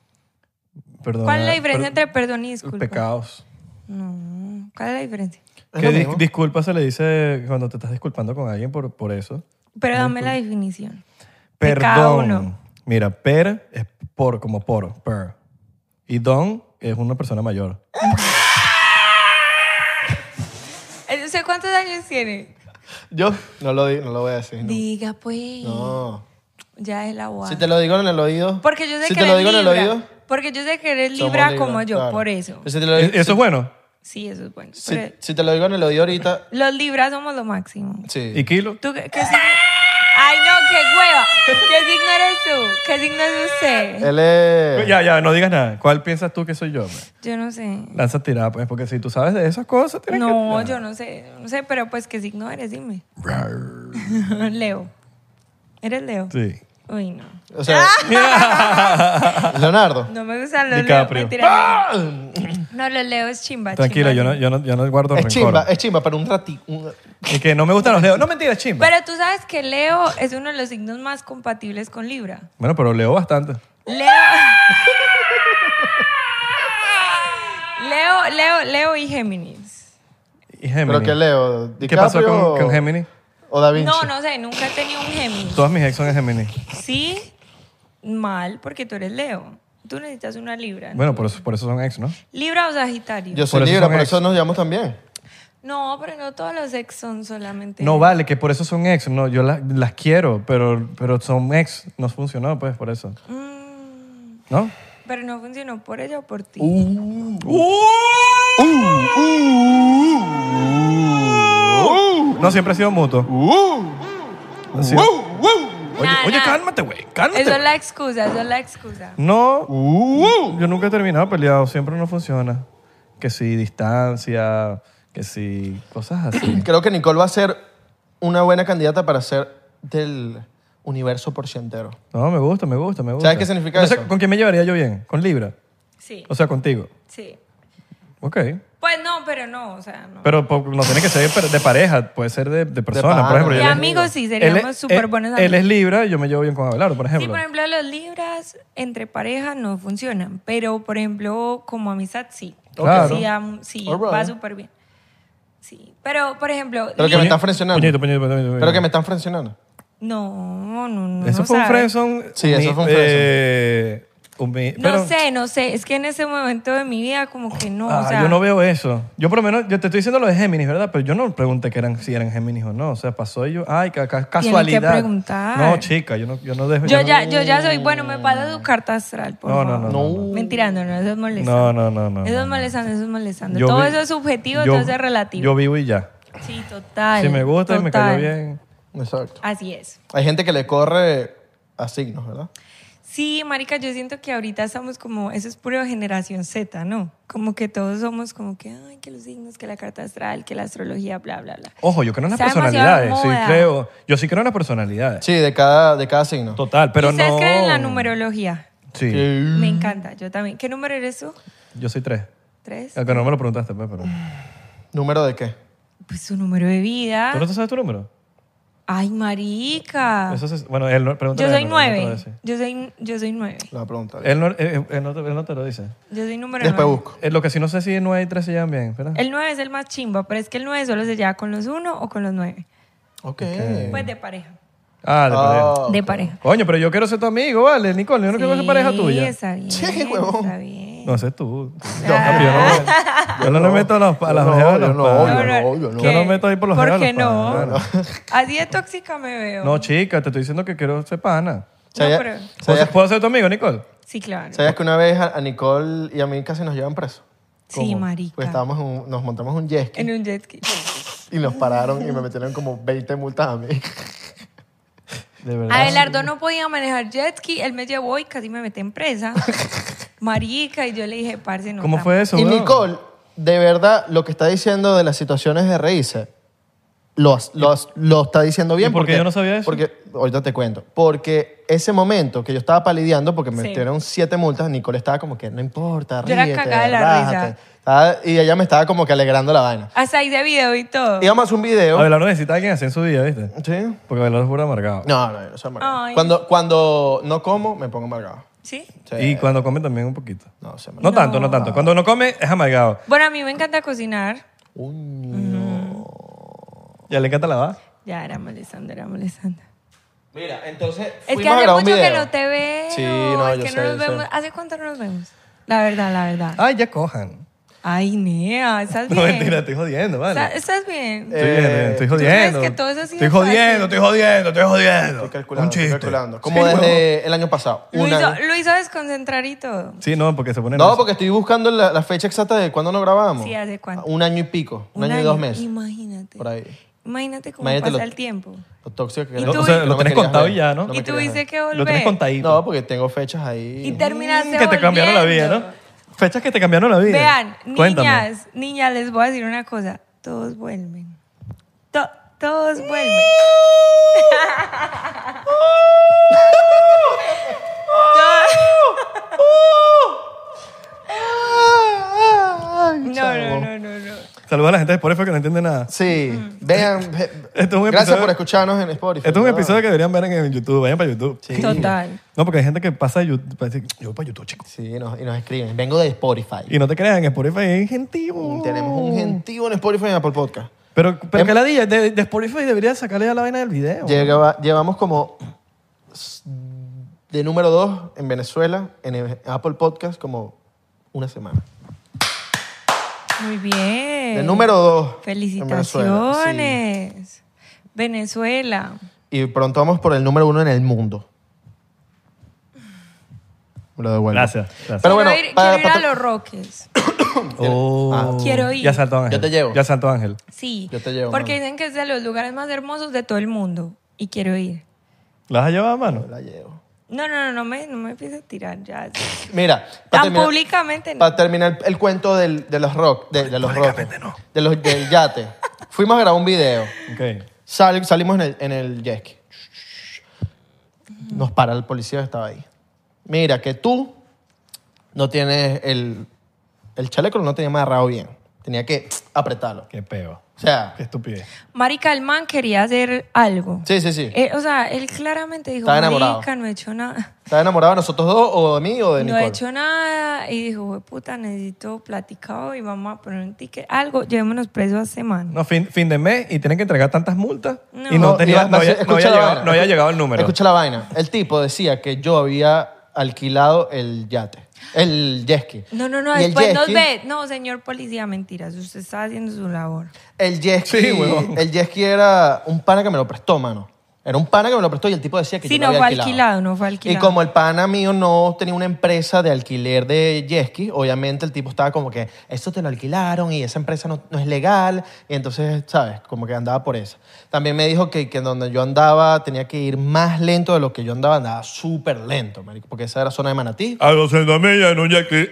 A: Perdona-
B: ¿Cuál es la diferencia
A: per-
B: entre perdón y disculpa?
A: Pecados.
B: No, ¿cuál es la diferencia?
C: Es
A: Que
C: lo
A: dis-
C: mismo.
A: disculpa se le dice cuando te estás disculpando con alguien por, por eso.
B: Pero dame la definición. De
A: Perdón.
B: cada uno.
A: Mira, per es por, como por, per. Y don es una persona mayor.
B: ¿Usted Eh, cuántos años tiene?
C: Yo no lo, di- no lo voy a decir. no.
B: Diga, pues.
C: No.
B: Ya es la guada.
C: Si te lo digo en el oído.
B: Porque yo sé
C: si
B: que
C: te lo
B: eres
C: digo en el
B: libra.
C: oído.
B: Porque yo sé que eres
C: somos
B: libra
C: libra,
B: como yo,
C: claro.
B: por eso.
C: Si te, lo,
A: ¿E- ¿Eso es bueno?
B: Sí, eso es bueno.
C: si-
B: Pero
C: si te lo digo en el oído ahorita.
B: los libras somos lo máximo.
C: Sí.
A: ¿Y kilo?
B: ¿Tú qué, qué signo? Ay, no, qué hueva. ¿Qué signo eres tú? ¿Qué signo es
A: Eh,
B: usted?
C: Él es.
A: Ya, ya, no digas nada. ¿Cuál piensas tú que soy yo? hombre?
B: Yo no sé.
A: Lanza tirada, pues, porque si tú sabes de esas cosas, tienes
B: No,
A: que...
B: yo no sé. yo No sé, pero pues, ¿qué signo eres? Dime. [LAUGHS] Leo. ¿Eres Leo? [LAUGHS]
A: Sí.
B: Uy, no.
A: [LAUGHS]
C: O sea. Leonardo.
B: No me gustan los Leo.
A: DiCaprio. [LAUGHS]
B: Mentira, No, No, los Leo es chimba.
A: Tranquilo, yo
B: chimba,
A: no,
B: chimba.
A: yo no, yo no guardo
C: Es
A: rencor.
C: chimba, es chimba, pero un ratito. un-
A: Y que no me gustan los dedos. No, mentira, es chimba.
B: Pero tú sabes que Leo es uno de los signos más compatibles con Libra.
A: Bueno, pero leo bastante.
B: Leo. [LAUGHS] Leo, Leo, Leo y Géminis.
A: Y Géminis.
C: ¿Pero qué leo?
A: ¿Qué pasó
C: ¿DiCaprio
A: con,
C: o-
A: con Géminis?
C: ¿O Da Vinci?
B: No, no sé, nunca he tenido un Géminis.
A: Todas mis ex son de Géminis.
B: Sí, mal, porque tú eres Leo. Tú necesitas una Libra. ¿no?
A: Bueno, por eso, por eso son ex, ¿no?
B: Libra o Sagitario.
C: Yo soy
A: Por eso
C: Libra,
A: son
C: por
A: ex.
C: eso nos llevamos también.
B: No, pero no todos los ex son solamente.
A: No vale, que por eso son ex. No, yo las, las quiero, pero, pero son ex. No funcionó, pues, por eso.
B: Mm,
A: ¿No?
B: pero no funcionó por ella o por ti.
A: Uh,
C: ¡Uh! ¡Uh!
A: No, siempre ha sido mutuo. Ha sido-
C: ¡Uh!
A: Oye,
B: Nah,
A: oye,
B: nah.
A: cálmate, güey. Cálmate.
B: Eso es la excusa, eso es la excusa.
A: No,
C: ¡Uh!
A: yo nunca he terminado peleado. Siempre no funciona. Que si distancia, que si cosas así.
C: Creo que Nicole va a ser una buena candidata para ser del universo porcientero.
A: No, me gusta, me gusta, me gusta.
C: ¿Sabes qué significa
A: Entonces,
C: eso?
A: ¿Con quién me llevaría yo bien? ¿Con Libra?
B: Sí,
A: O sea, contigo.
B: sí.
A: Ok.
B: Pues no, pero no, o sea, no.
A: Pero po- no tiene que ser per- de pareja, puede ser de, de persona.
C: pana.
A: por ejemplo,
B: Y
A: yo
C: él
A: le-
C: es-
B: amigos sí,
A: él
B: seríamos
A: es-
B: súper
A: él-
B: buenos
A: Él es
B: amigos.
A: Libra y yo me llevo bien con Abelardo, por
B: Sí,
A: ejemplo.
B: por ejemplo, los libras entre pareja no funcionan, pero por ejemplo, como amistad sí.
A: Claro.
B: Sí, am- sí,
C: Alright.
B: va súper bien. Sí, pero por ejemplo,
C: Pero que
B: li-
C: me están frencionando.
A: Puñito, puñito, puñito, puñito.
C: Pero que me están frencionando.
B: no, no, no.
A: Eso
B: no
A: fue un
B: sabe.
A: friendzone.
C: Sí, eso
A: humi-
C: fue un friendzone.
A: eh, humi-
B: No
A: pero-
B: sé, no sé, es que en ese momento de mi vida como que no,
A: Ah,
B: o sea,
A: yo no veo eso. Yo por lo menos, yo te estoy diciendo lo de Géminis, ¿verdad? Pero yo no pregunté que eran, si eran Géminis o no. O sea, pasó y yo, ay, ca- ca- casualidad.
B: preguntar.
A: No, chica, yo no, yo no dejo.
B: yo
A: no-
B: ya yo ya soy, bueno, me pasa tu carta astral, por
A: No, no,
B: favor.
A: no, no,
B: Mentira, no, no, eso es
A: No,
B: molestando.
A: no, no, no.
B: Eso
A: no.
B: es molestando, eso es molestando.
A: Yo
B: todo
A: vi-
B: eso es subjetivo,
A: yo-
B: todo eso es relativo.
A: Yo vivo y ya.
B: sí, total.
A: si me gusta y me cayó
B: total.
A: bien.
C: Exacto.
B: Así es.
C: Hay gente que le corre a signos, ¿verdad?
B: Sí, marica, yo siento que ahorita estamos como, eso es puro generación Z, ¿no? Como que todos somos como que, ay, que los signos, que la carta astral, que la astrología, bla, bla, bla.
A: Ojo, yo creo en las
B: Está demasiado
A: personalidades. Sí,
B: de moda.
A: creo. Yo sí creo en las personalidades.
C: Sí, de cada, de cada signo.
A: Total, pero
B: ¿Ustedes
A: no.
B: creen en la numerología?
A: Sí,
C: Sí.
A: Mm.
B: Me encanta, yo también. ¿Qué número eres tú?
A: yo soy tres.
B: ¿Tres?
A: Aunque no me lo preguntaste, pues, pero.
B: Ah.
C: ¿Número de qué?
B: Pues su número de vida.
A: ¿Tú no te sabes tu número?
B: Ay, marica.
A: Eso es- bueno, él no, pregúntale
B: Ah. Yo
A: a
B: soy
A: él, no, no te lo
B: nueve.
A: dice.
B: Yo soy, yo soy nueve.
C: La pregunta.
A: Él no, él- él no te- él no te lo dice.
B: Yo soy número
C: Después
B: nueve.
C: busco.
A: Eh, lo que sí no sé si 9 y 3 se llevan bien, ¿verdad?
B: El nueve es el más chimba, pero es que el nueve solo se lleva con los uno o con los nueve.
C: Ok.
B: Pues de pareja.
A: Ah, de pareja.
C: Ah,
B: De
C: ok.
B: pareja.
A: Coño, pero yo quiero ser tu amigo, ¿vale? Nicole, yo no quiero ser pareja tuya.
B: Está bien,
C: Sí, huevón.
B: está bien.
A: No sé
B: [LAUGHS]
A: tú. Yo, yo no, yo no le meto a los, a las
C: Yo no,
A: ojeras de
C: yo
A: los
C: no,
A: padres.
C: yo no, yo no.
A: Yo no meto ahí por los
B: ¿Por
A: dedos de
B: qué
A: los
B: no?
A: padres.
B: [LAUGHS] Así de tóxica me veo.
A: No, chica, te estoy diciendo que quiero ser pana.
C: O sea,
B: No,
C: ya-
B: pero-
C: o sea,
A: ¿Puedo ser,
C: ya-
A: puedo ser tu amigo, Nicole?
B: Sí, claro.
C: ¿Sabías que una vez a a Nicole y a mí casi nos llevan presos?
B: Sí, marica.
C: Pues estábamos en un- nos montamos en un jet ski
B: En un jet ski.
C: y nos pararon
B: [LAUGHS]
C: y me metieron como 20 multas a mí.
A: De verdad.
B: Abelardo no podía manejar jet ski. Él me llevó y casi me metí en
A: [LAUGHS]
B: presa. marica. Y yo le dije, parce, no.
A: ¿Cómo
B: tam-
A: fue eso,
C: Y
A: weón?
C: Nicole, de verdad, lo que está diciendo de las situaciones de reírse, lo, lo- lo está diciendo bien.
A: ¿Y por qué yo no sabía eso?
C: Porque, ahorita te cuento. Porque ese momento que yo estaba palideando, porque me
B: Sí.
C: metieron siete multas, Nicole estaba como que, no importa,
B: Yo era
C: ríete,
B: cagada de la
C: relájate".
B: risa.
C: Estaba- y ella me estaba como que alegrando la vaina.
B: Hasta hice video y todo.
C: Íbamos a hacer un video.
A: Abelardo necesita a alguien así en su vida, ¿viste?
C: ¿Sí?
A: Porque Abelardo es puro amargado.
C: No, no, yo no soy amargado.
B: Ay.
C: Cuando, cuando no como, me pongo amargado.
B: ¿Sí?
C: Sí.
A: Y cuando come también un poquito.
C: No, se me...
A: No tanto, no tanto. Cuando no come es amargado.
B: Bueno, a mí me encanta cocinar.
A: Ya le encanta lavar.
B: Ya, era molestando, era molestando.
C: Mira, entonces...
B: Es que
C: fuimos a
B: hace
C: grabar
B: mucho
C: un
B: que
C: video.
B: no te veo.
C: Sí, no,
B: es
C: yo
B: que
C: sé,
B: no
C: yo
B: nos
C: sé.
B: vemos. ¿Hace cuánto no nos vemos? La verdad, la verdad.
A: Ay, ya cojan.
B: Ay, Nea, estás bien.
A: No, mentira, estoy jodiendo, vale.
B: Está- ¿Estás bien?
A: Estoy
C: Eh,
A: jodiendo, estoy
B: ¿tú crees
A: jodiendo.
B: que todo eso ha sido
A: estoy jodiendo,
B: fácil?
A: estoy jodiendo, estoy jodiendo.
C: Estoy calculando,
A: Un chiste.
C: estoy calculando. Como
A: Sí,
C: desde
A: huevón.
C: el año pasado.
B: Lo
C: Un
B: hizo,
C: año.
B: lo hizo desconcentrar y todo.
A: Sí, no, porque se pone...
C: No, porque estoy buscando la, la fecha exacta de cuándo nos grabamos.
B: Sí, ¿hace cuánto?
C: Un año y pico. Un, año, y dos meses.
B: Imagínate.
C: Por ahí.
B: Imagínate cómo
C: Imagínate
B: pasa
C: lo-
B: el tiempo.
C: Lo tóxico que
B: Y
C: era.
A: Lo-
B: tú-
A: o sea,
B: no
A: lo
C: me
A: tenés
C: querías
A: contado
C: ver.
A: ya, ¿no?
C: No me
B: y
C: querías
B: tuviste
C: ver.
B: que volver.
A: Lo tenés contadito.
C: No, porque tengo fechas
B: Y
C: ahí.
B: terminaste
A: Mm, Que te cambiaron la vida,
B: volviendo.
A: ¿no? Fechas que te cambiaron la vida.
B: Vean,
A: Cuéntame.
B: niñas, niñas, les voy a decir una cosa. Todos vuelven. To- todos vuelven.
C: Ay,
B: No, no,
C: chavo.
B: no, no, no.
A: Saludos a la gente de Spotify que no entiende nada.
C: Sí,
B: Mm.
C: vean. eh,
A: Esto es un
C: Gracias
A: episodio-
C: por escucharnos en Spotify.
A: Esto Este es un
C: ¿no?
A: episodio que deberían ver en- en YouTube. Vayan para YouTube.
B: Total.
A: No, porque hay gente que pasa de YouTube. para decir, Yo voy para YouTube, chicos.
C: Sí, nos- y nos escriben. Vengo de Spotify.
A: Y no te crean, Spotify es gentío.
C: Tenemos un gentío en Spotify y en Apple Podcast.
A: Pero, pero
C: Em-
A: que la día de, de Spotify debería sacarle a la vaina del video.
C: Llegaba- llevamos como s- de número dos en Venezuela, en el Apple Podcast, como una semana.
B: Muy bien.
C: De número dos. en Venezuela, sí.
B: Felicitaciones. Venezuela.
C: Y pronto vamos por el número uno en el mundo. Me Lo devuelvo.
A: Gracias, gracias.
C: Pero bueno,
B: quiero ir,
C: para-
B: quiero ir
C: para-
B: a los Roques.
A: Oh.
C: Ah.
B: Quiero ir.
A: Ya Santo Ángel.
C: Yo te llevo.
A: Ya Santo Ángel.
B: Sí.
C: Yo te llevo,
B: Porque
C: mano.
B: dicen que es de los lugares más hermosos de todo el mundo. Y quiero ir.
A: ¿Las has llevado a mano?
C: La llevo.
B: No, no, no, no me, no me empieces a tirar ya.
C: Mira,
B: Tan
C: para terminar,
B: públicamente no.
C: para terminar el cuento del- de los rock, de, de los rock, de los, del yate. Fuimos a grabar un video.
A: Ok.
C: Sal- salimos en el, en el jet ski. Nos para el policía que estaba ahí. Mira, que tú no tienes el... El chaleco no tenía amarrado bien. Tenía que apretarlo.
A: Qué peo.
C: O sea,
A: Qué estupidez.
B: Marica, el man quería hacer algo.
C: sí, sí, sí.
B: Eh, o sea, él claramente dijo,
C: Estaba enamorado.
B: marica, no he hecho nada.
C: ¿Estás enamorado de nosotros dos o de mí o de
B: No
C: Nicole?
B: he hecho nada. Y dijo, "Hue puta, necesito platicado y vamos a poner un ticket. Algo, llevémonos preso a este man.
A: No, fin, fin de mes y tienen que entregar tantas multas.
B: No.
A: Y no,
B: No,
A: tenía,
C: iba-
A: no, había,
C: escucha
A: no había
C: la
A: llegado,
C: vaina.
A: no había llegado el número.
C: Escucha la vaina. El tipo decía que yo había alquilado el yate, el jet ski.
B: No, no, no,
C: Y el
B: después
C: jet
B: nos
C: ski-
B: ve. No, señor policía, mentiras. Usted está haciendo su labor.
C: El jet ski,
A: Sí, huevón.
C: el jet ski era un pana que me lo prestó, mano. Era un pana que me lo prestó y el tipo decía que
B: Sí,
C: yo lo
B: no
C: había
B: fue
C: alquilado.
B: alquilado, no fue alquilado.
C: Y como el pana mío no tenía una empresa de alquiler de jet ski, obviamente el tipo estaba como que, esto te lo alquilaron y esa empresa no, no es legal. Y entonces, ¿sabes? Como que andaba por eso. También me dijo que, que donde yo andaba tenía que ir más lento de lo que yo andaba. Andaba súper lento, marico, porque esa era zona de Manatí.
A: A 200 millas en un jet ski.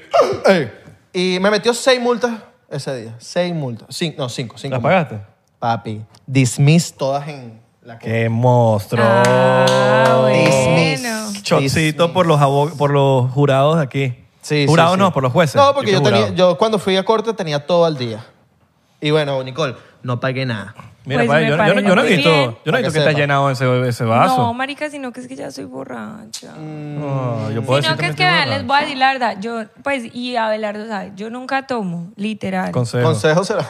C: Ey. Y me metió seis multas ese día. Seis multas. Cin- no, cinco. cinco
A: ¿Las
C: multas.
A: pagaste?
C: Papi, dismiss todas en la que...
A: ¡Qué monstruo!
B: Ah, bueno.
C: Dismiss.
A: Chocito por los, abo- por los jurados de aquí.
C: Sí, sí,
A: jurados
C: sí.
A: no, por los jueces.
C: No, porque yo,
A: fui
C: tenía,
A: jurado.
C: yo cuando fui a corte tenía todo al día. Y bueno, Nicole, no pagué nada.
A: Mira,
B: Pues
A: padre,
B: me
A: yo, no- yo no- yo no he
B: parece
A: visto,
B: muy
A: yo no
B: bien.
A: he
C: Para
A: visto
C: que
A: que te has
C: sepa.
A: llenado ese, ese vaso.
B: No, marica, sino que es que ya soy borracha.
C: Mm.
A: No, yo puedo
B: Sino
A: decir
B: que es que, vean, les voy a decir la verdad. Yo, pues, y Abelardo sabe, yo nunca tomo, literal.
A: Consejo.
C: Consejo será.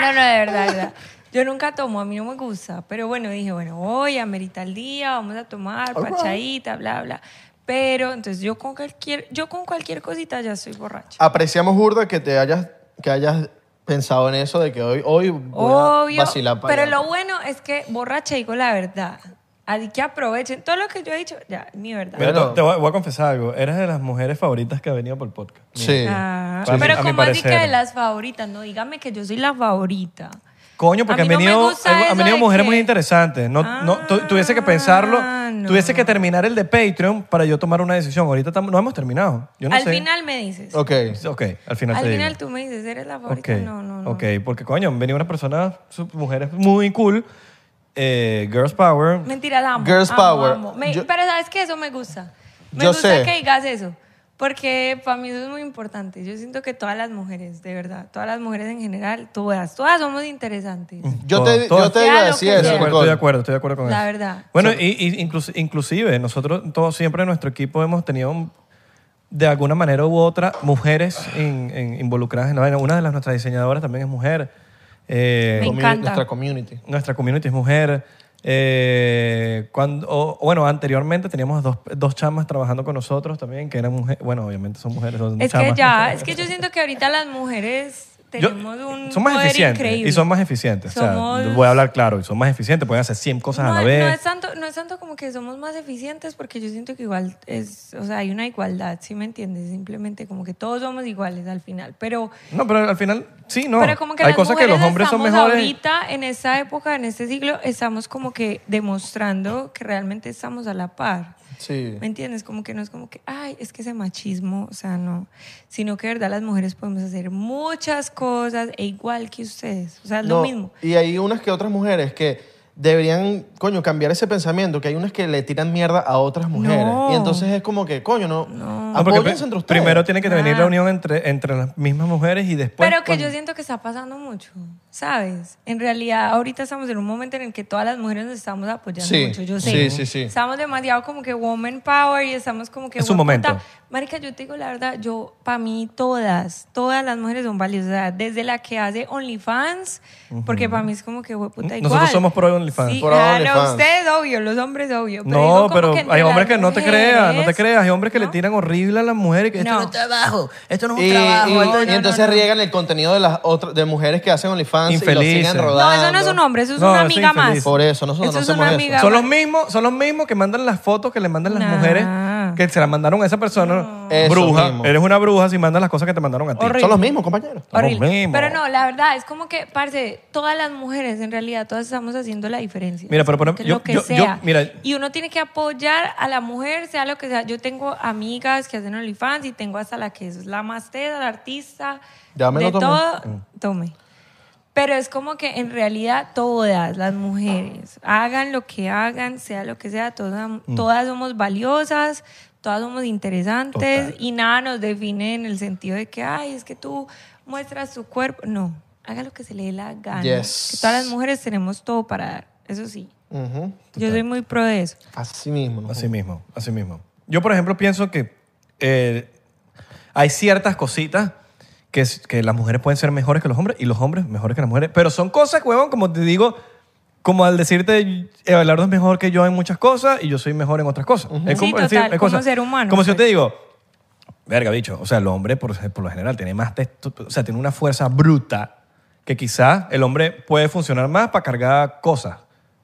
B: No, no, de verdad, de verdad. Yo nunca tomo, a mí no me gusta. Pero bueno, dije, bueno, hoy amerita el día, vamos a tomar, pachadita, bla, bla. Pero entonces yo con cualquier, yo con cualquier cosita ya soy borracha.
C: Apreciamos, Burda, que te hayas, que hayas pensado en eso de que hoy, hoy voy a
B: Obvio.
C: vacilar para
B: Pero
C: allá.
B: lo bueno es que borracha digo la verdad. Así que aprovechen todo lo que yo he dicho, ya, mi verdad.
A: Mira,
C: Bueno.
A: te, te voy, a- voy a confesar algo. Eras de las mujeres favoritas que ha venido por el podcast.
C: Sí.
B: Ah,
A: Sí. A
B: pero
A: mi
B: como así que
A: parecer.
B: de las favoritas, no dígame que yo soy la favorita.
A: Coño, porque
B: A
A: han
B: mí no me
A: venido,
B: gusta
A: han- han
B: eso
A: venido
B: de
A: mujeres
B: que-
A: muy interesantes. No, no, tu- tuviese que pensarlo,
B: Ah, no.
A: tuviese que terminar el de Patreon para yo tomar una decisión. Ahorita tam- no hemos terminado. Yo no
B: al
A: sé.
B: final me dices.
C: Ok.
A: Ok, al final
B: al
A: te
B: final
A: digo.
B: tú me dices, eres la favorita.
A: Ok,
B: No, no, no.
A: ok, porque coño, han venido unas personas, su- mujeres muy cool, eh, Girls Power.
B: Mentira, la amo.
C: Girls
B: amo,
C: power.
B: amo. Me-
C: Yo-
B: pero sabes que eso me gusta. Me
C: Yo
B: gusta
C: sé.
B: que digas eso. Porque para mí eso es muy importante. Yo siento que todas las mujeres, de verdad, todas las mujeres en general, todas, todas somos interesantes.
C: Yo
A: Todo,
C: te,
A: todo.
C: yo te
B: Sea
C: iba a
B: lo
C: decir
B: que
C: eso,
A: Estoy de acuerdo, estoy de
C: Nicole.
A: acuerdo, estoy de acuerdo con
B: La
A: eso.
B: verdad.
A: Bueno, y, y inclus- inclusive nosotros todos siempre en nuestro equipo hemos tenido un- de alguna manera u otra mujeres in- in- involucradas en la vaina. Una de las nuestras diseñadoras también es mujer. Eh,
B: Me
C: Comuni-
B: encanta.
C: Nuestra community.
A: nuestra community es mujer. Eh, cuando, o- bueno, anteriormente teníamos dos, dos chamas trabajando con nosotros también que eran mujeres. Bueno, obviamente son mujeres. son
B: es
A: chamas.
B: que ya, es que yo siento que ahorita las mujeres
A: Yo- eh,
B: tenemos un
A: son más
B: poder
A: eficientes
B: increíble.
A: y son más eficientes. O sea,
B: Somos-
A: voy a hablar claro, y son más eficientes, pueden hacer 100 cosas
B: no,
A: a la
B: no
A: vez.
B: es tanto, no es tanto como que somos más eficientes porque yo siento que igual es, o sea, hay una igualdad, ¿sí me entiendes? Simplemente como que todos somos iguales al final, pero
A: No, pero al final, sí, no.
B: Pero como que
A: Hay
B: las
A: cosas que los
B: mujeres
A: hombres son
B: estamos
A: mejores.
B: Ahorita, en esta época, en este siglo, estamos como que demostrando que realmente estamos a la par.
C: Sí.
B: ¿Me entiendes? Como que no es como que, ay, es que ese machismo, o sea, no. Sino que, de verdad, las mujeres podemos hacer muchas cosas e igual que ustedes. O sea, es
C: No,
B: lo mismo.
C: Y hay unas que otras mujeres que deberían, coño, cambiar ese pensamiento, que hay unas que le tiran mierda a otras mujeres.
B: No.
C: Y entonces es como que, coño, no,
A: No, Ah, porque
C: apóyense
A: pri-
C: entre ustedes.
A: Primero tiene que venir la
B: Ah.
A: unión entre, entre las mismas mujeres y después.
B: Pero que
A: Pues, cuando-
B: yo siento que está pasando mucho, ¿sabes? En realidad, ahorita estamos en un momento en el que todas las mujeres nos estamos apoyando
C: Sí,
B: mucho, yo
C: sí,
B: sé.
C: sí, sí.
B: Estamos demasiado como que woman power y estamos como que...
A: Es un
B: "Hueputa".
A: momento.
B: Marica, yo te digo la verdad, yo, para mí todas, todas las mujeres son valiosas. O sea, Desde la que hace OnlyFans, porque para mí es como que, hueputa, igual.
A: Nosotros somos pro OnlyFans.
B: Sí,
C: Pro
B: ah, no,
C: OnlyFans.
B: ustedes obvio, los hombres obvio. Pero digo
A: no,
B: como
A: pero
B: que entre
A: hay hombres que
B: las
A: no te creas, no te
B: mujeres,
A: creas. Hay hombres que le
B: ¿no?
A: tiran horrible a las mujeres. Que
B: No.
A: Esto no es trabajo, esto no es
C: Y,
A: un trabajo.
C: y-
A: esto-
C: y entonces riegan el contenido de las otras de mujeres que hacen OnlyFans y lo
A: Infelices.
C: siguen
A: No,
C: rodando.
B: No, eso no es un hombre, eso es
A: No,
B: una
A: eso
B: amiga
A: es infeliz.
B: más.
C: Por eso, nosotros
B: Eso
C: no
B: es una
C: hacemos
B: amiga
C: eso.
A: Son
B: más.
A: los mismos, son los mismos que mandan las fotos que le mandan las
B: Nah.
A: mujeres que se las mandaron a esa persona.
C: Eso
A: Bruja,
C: mismo.
A: eres una bruja si mandas las cosas que te mandaron a ti.
B: Horrible.
C: Son los mismos, compañeros.
A: Somos
B: Horrible.
A: mismos.
B: Pero no, la verdad es como que, parce, todas las mujeres en realidad, todas estamos haciendo la diferencia.
A: Mira,
B: Es
A: pero,
B: como
A: pero,
B: que
A: yo-
B: lo que
A: yo- yo-
B: sea.
A: mira-
B: y uno tiene que apoyar a la mujer, sea lo que sea. Yo tengo amigas que hacen OnlyFans y tengo hasta la que es la más tesa, la artista.
C: Ya me
B: de
C: lo tomé.
A: Mm.
B: todo. Tome. Pero es como que en realidad todas las mujeres, hagan lo que hagan, sea lo que sea, todas,
C: Mm.
B: todas somos valiosas, todas somos interesantes y nada nos define en el sentido de que, ay, es que tú muestras tu cuerpo. No, haga lo que se le dé la gana.
C: Yes.
B: Que todas las mujeres tenemos todo para dar, eso sí.
C: Ujú.
B: Yo soy muy pro de eso.
C: Así mismo. ¿no?
A: Así mismo, así mismo. Yo, por ejemplo, pienso que eh, hay ciertas cositas que, s- que las mujeres pueden ser mejores que los hombres y los hombres mejores que las mujeres. Pero son cosas, huevón, como te digo, como al decirte, Abelardo es mejor que yo en muchas cosas y yo soy mejor en otras cosas. Es
B: Sí,
A: es
B: total,
A: es
B: como ser humano,
A: Como si yo te
B: pues.
A: digo, verga, bicho, o sea, el hombre por, por lo general tiene más, testo- o sea, tiene una fuerza bruta que quizás el hombre puede funcionar más para cargar cosas,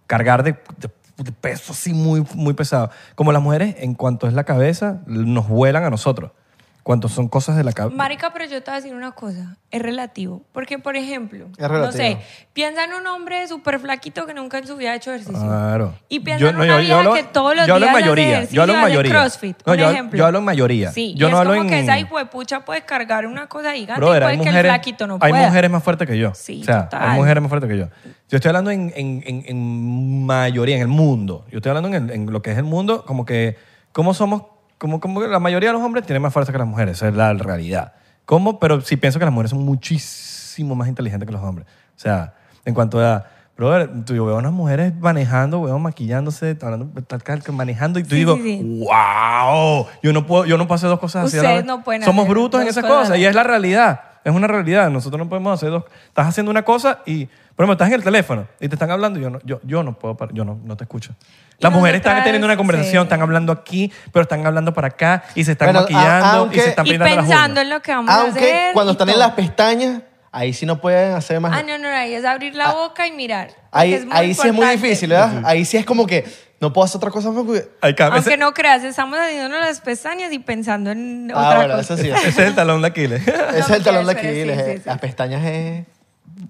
A: cargar de, de- de peso así muy, muy pesado. Como las mujeres, en cuanto es la cabeza, nos vuelan a nosotros. Cuanto son cosas de la cabeza.
B: Marica, pero yo te voy a decir una cosa, es relativo. Porque, por ejemplo,
C: Es relativo.
B: no sé, piensa en un hombre súper flaquito que nunca en su vida ha hecho ejercicio.
C: Ah,
A: Claro.
B: Y piensa
A: Yo-
B: en
A: no,
B: una
A: yo- yo
B: vieja
A: hablo-
B: que todos los
A: yo hablo
B: días
A: en mayoría,
B: hace,
A: yo hablo en
B: ejercicio, hace
A: mayoría.
B: crossfit,
A: No,
B: un
A: yo hab-
B: ejemplo.
A: yo hablo en mayoría.
B: Sí,
A: Yo
B: y
A: no
B: es
A: hablo
B: como
A: en-
B: que esa hijuepucha puede cargar una cosa gigante
A: Brother,
B: y puede
A: hay
B: que
A: mujeres,
B: el flaquito no
A: hay
B: pueda.
A: mujeres más fuertes que yo.
B: Sí,
A: o sea,
B: total.
A: hay mujeres más fuertes que yo. Yo estoy hablando en, en- en- en mayoría, en el mundo. Yo estoy hablando en, el- en lo que es el mundo, como que cómo somos, como, como que la mayoría de los hombres tienen más fuerza que las mujeres. Esa es la realidad. ¿Cómo? Pero sí pienso que las mujeres son muchísimo más inteligentes que los hombres. O sea, en cuanto a... Brother, tú, yo veo unas mujeres manejando, weón, maquillándose, hablando, tal, tal, que manejando, y tú
B: Sí,
A: digo,
B: sí, sí.
A: wow, yo no puedo, yo no puedo hacer dos cosas así. a la
B: Ustedes
A: vez".
B: no pueden
A: Somos
B: hacer
A: brutos en
B: dos
A: esas
B: cosas a la
A: cosas, y
B: vez.
A: es es la realidad. Es una realidad. Nosotros no podemos hacer dos. Estás haciendo una cosa y, por ejemplo, estás en el teléfono y te están hablando y yo no, yo, yo no puedo, par- yo no, no te escucho.
B: Y
A: Las mujeres están
B: nosotras,
A: teniendo una conversación,
B: sí.
A: están hablando aquí, pero están hablando para acá y se están
C: Bueno, a-
A: maquillando
C: aunque-
A: y se están
B: Y
A: pintando las
B: pensando
A: uñas.
B: en lo que vamos a hacer.
C: Aunque cuando
B: y
C: están en
B: todo.
C: las pestañas, ahí sí no pueden hacer más.
B: Ah, no, no, ahí es abrir la boca y mirar. porque
C: Ah, ahí
B: muy
C: ahí sí es muy
B: importante.
C: difícil, ¿verdad? Ahí sí es como que no puedo hacer otra cosa más que...
A: Hay que-
B: Aunque
A: ese,
B: no creas, estamos haciendo las pestañas y pensando en
C: Ah,
B: otra
C: bueno,
B: cosa.
C: eso
A: [LAUGHS]
C: sí.
A: ese
C: Ese
A: es el talón de Aquiles.
C: es el
B: pero
C: talón de
B: espera, sí,
C: Aquiles.
B: sí,
C: eh.
B: sí.
C: Las pestañas eh. es...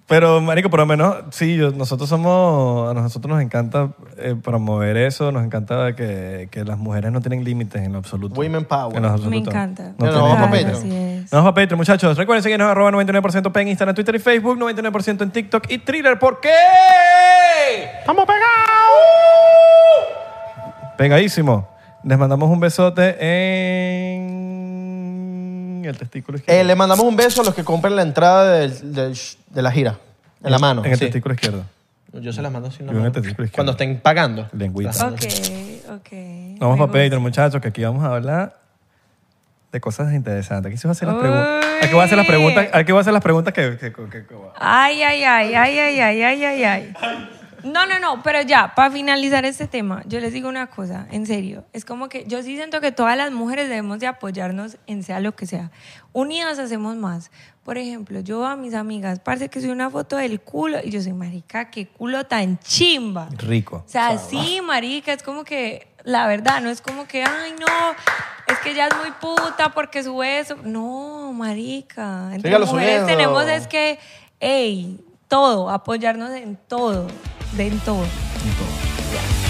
A: Pero, marico, por lo menos, sí, yo- nosotros somos, a nosotros nos encanta eh, promover eso, nos encanta que, que las mujeres no tienen límites en lo absoluto.
C: Women power.
A: En lo absoluto.
B: Me encanta.
A: No
C: No, no,
A: tienen
C: vamos pa'
A: límites.
C: Patreon.
B: Así es.
A: Nos vamos para Patreon, muchachos. Recuerden seguirnos en arroba 99% P en Instagram, Twitter y Facebook, 99% en TikTok y Thriller. ¿Por qué?
C: ¡Vamos pegados!
A: Pegadísimo. Les mandamos un besote en el testículo izquierdo.
C: Eh, le mandamos un beso a los que compren la entrada del- del sh- de la gira. En la mano.
A: En el
C: sí.
A: testículo izquierdo.
D: Yo se las mando sin la
A: Yo en el
D: mano.
A: testículo izquierdo.
D: Cuando estén pagando.
C: Ah,
A: Lengüita.
D: Las-
B: Ok, ok.
A: Nos vamos para
B: Me
A: Patreon,
B: gusta.
A: muchachos, que aquí vamos a hablar de cosas interesantes. Aquí se va a hacer las
B: Uy.
A: preguntas. Aquí voy a hacer las preguntas. Aquí voy a hacer las preguntas que. que- que- que- que-
B: Ay, ay, ay, ay, ay, ay, ay, ay, ay. No, no, no, pero ya, para finalizar este tema, yo les digo una cosa, en serio, es como que yo sí siento que todas las mujeres debemos de apoyarnos en sea lo que sea. Unidas hacemos más. Por ejemplo, yo a mis amigas, parece que soy una foto del culo y yo soy marica, qué culo tan chimba.
A: Rico.
B: O sea, [LAUGHS] sí, marica, es como que, la verdad, no es como que, ay, no, es que ella es muy puta porque sube eso. No, marica. Entre
C: Sígalo
B: mujeres
C: subiendo.
B: tenemos es que, hey, todo, apoyarnos en todo, de en todo.
A: Y todo.
B: Ya.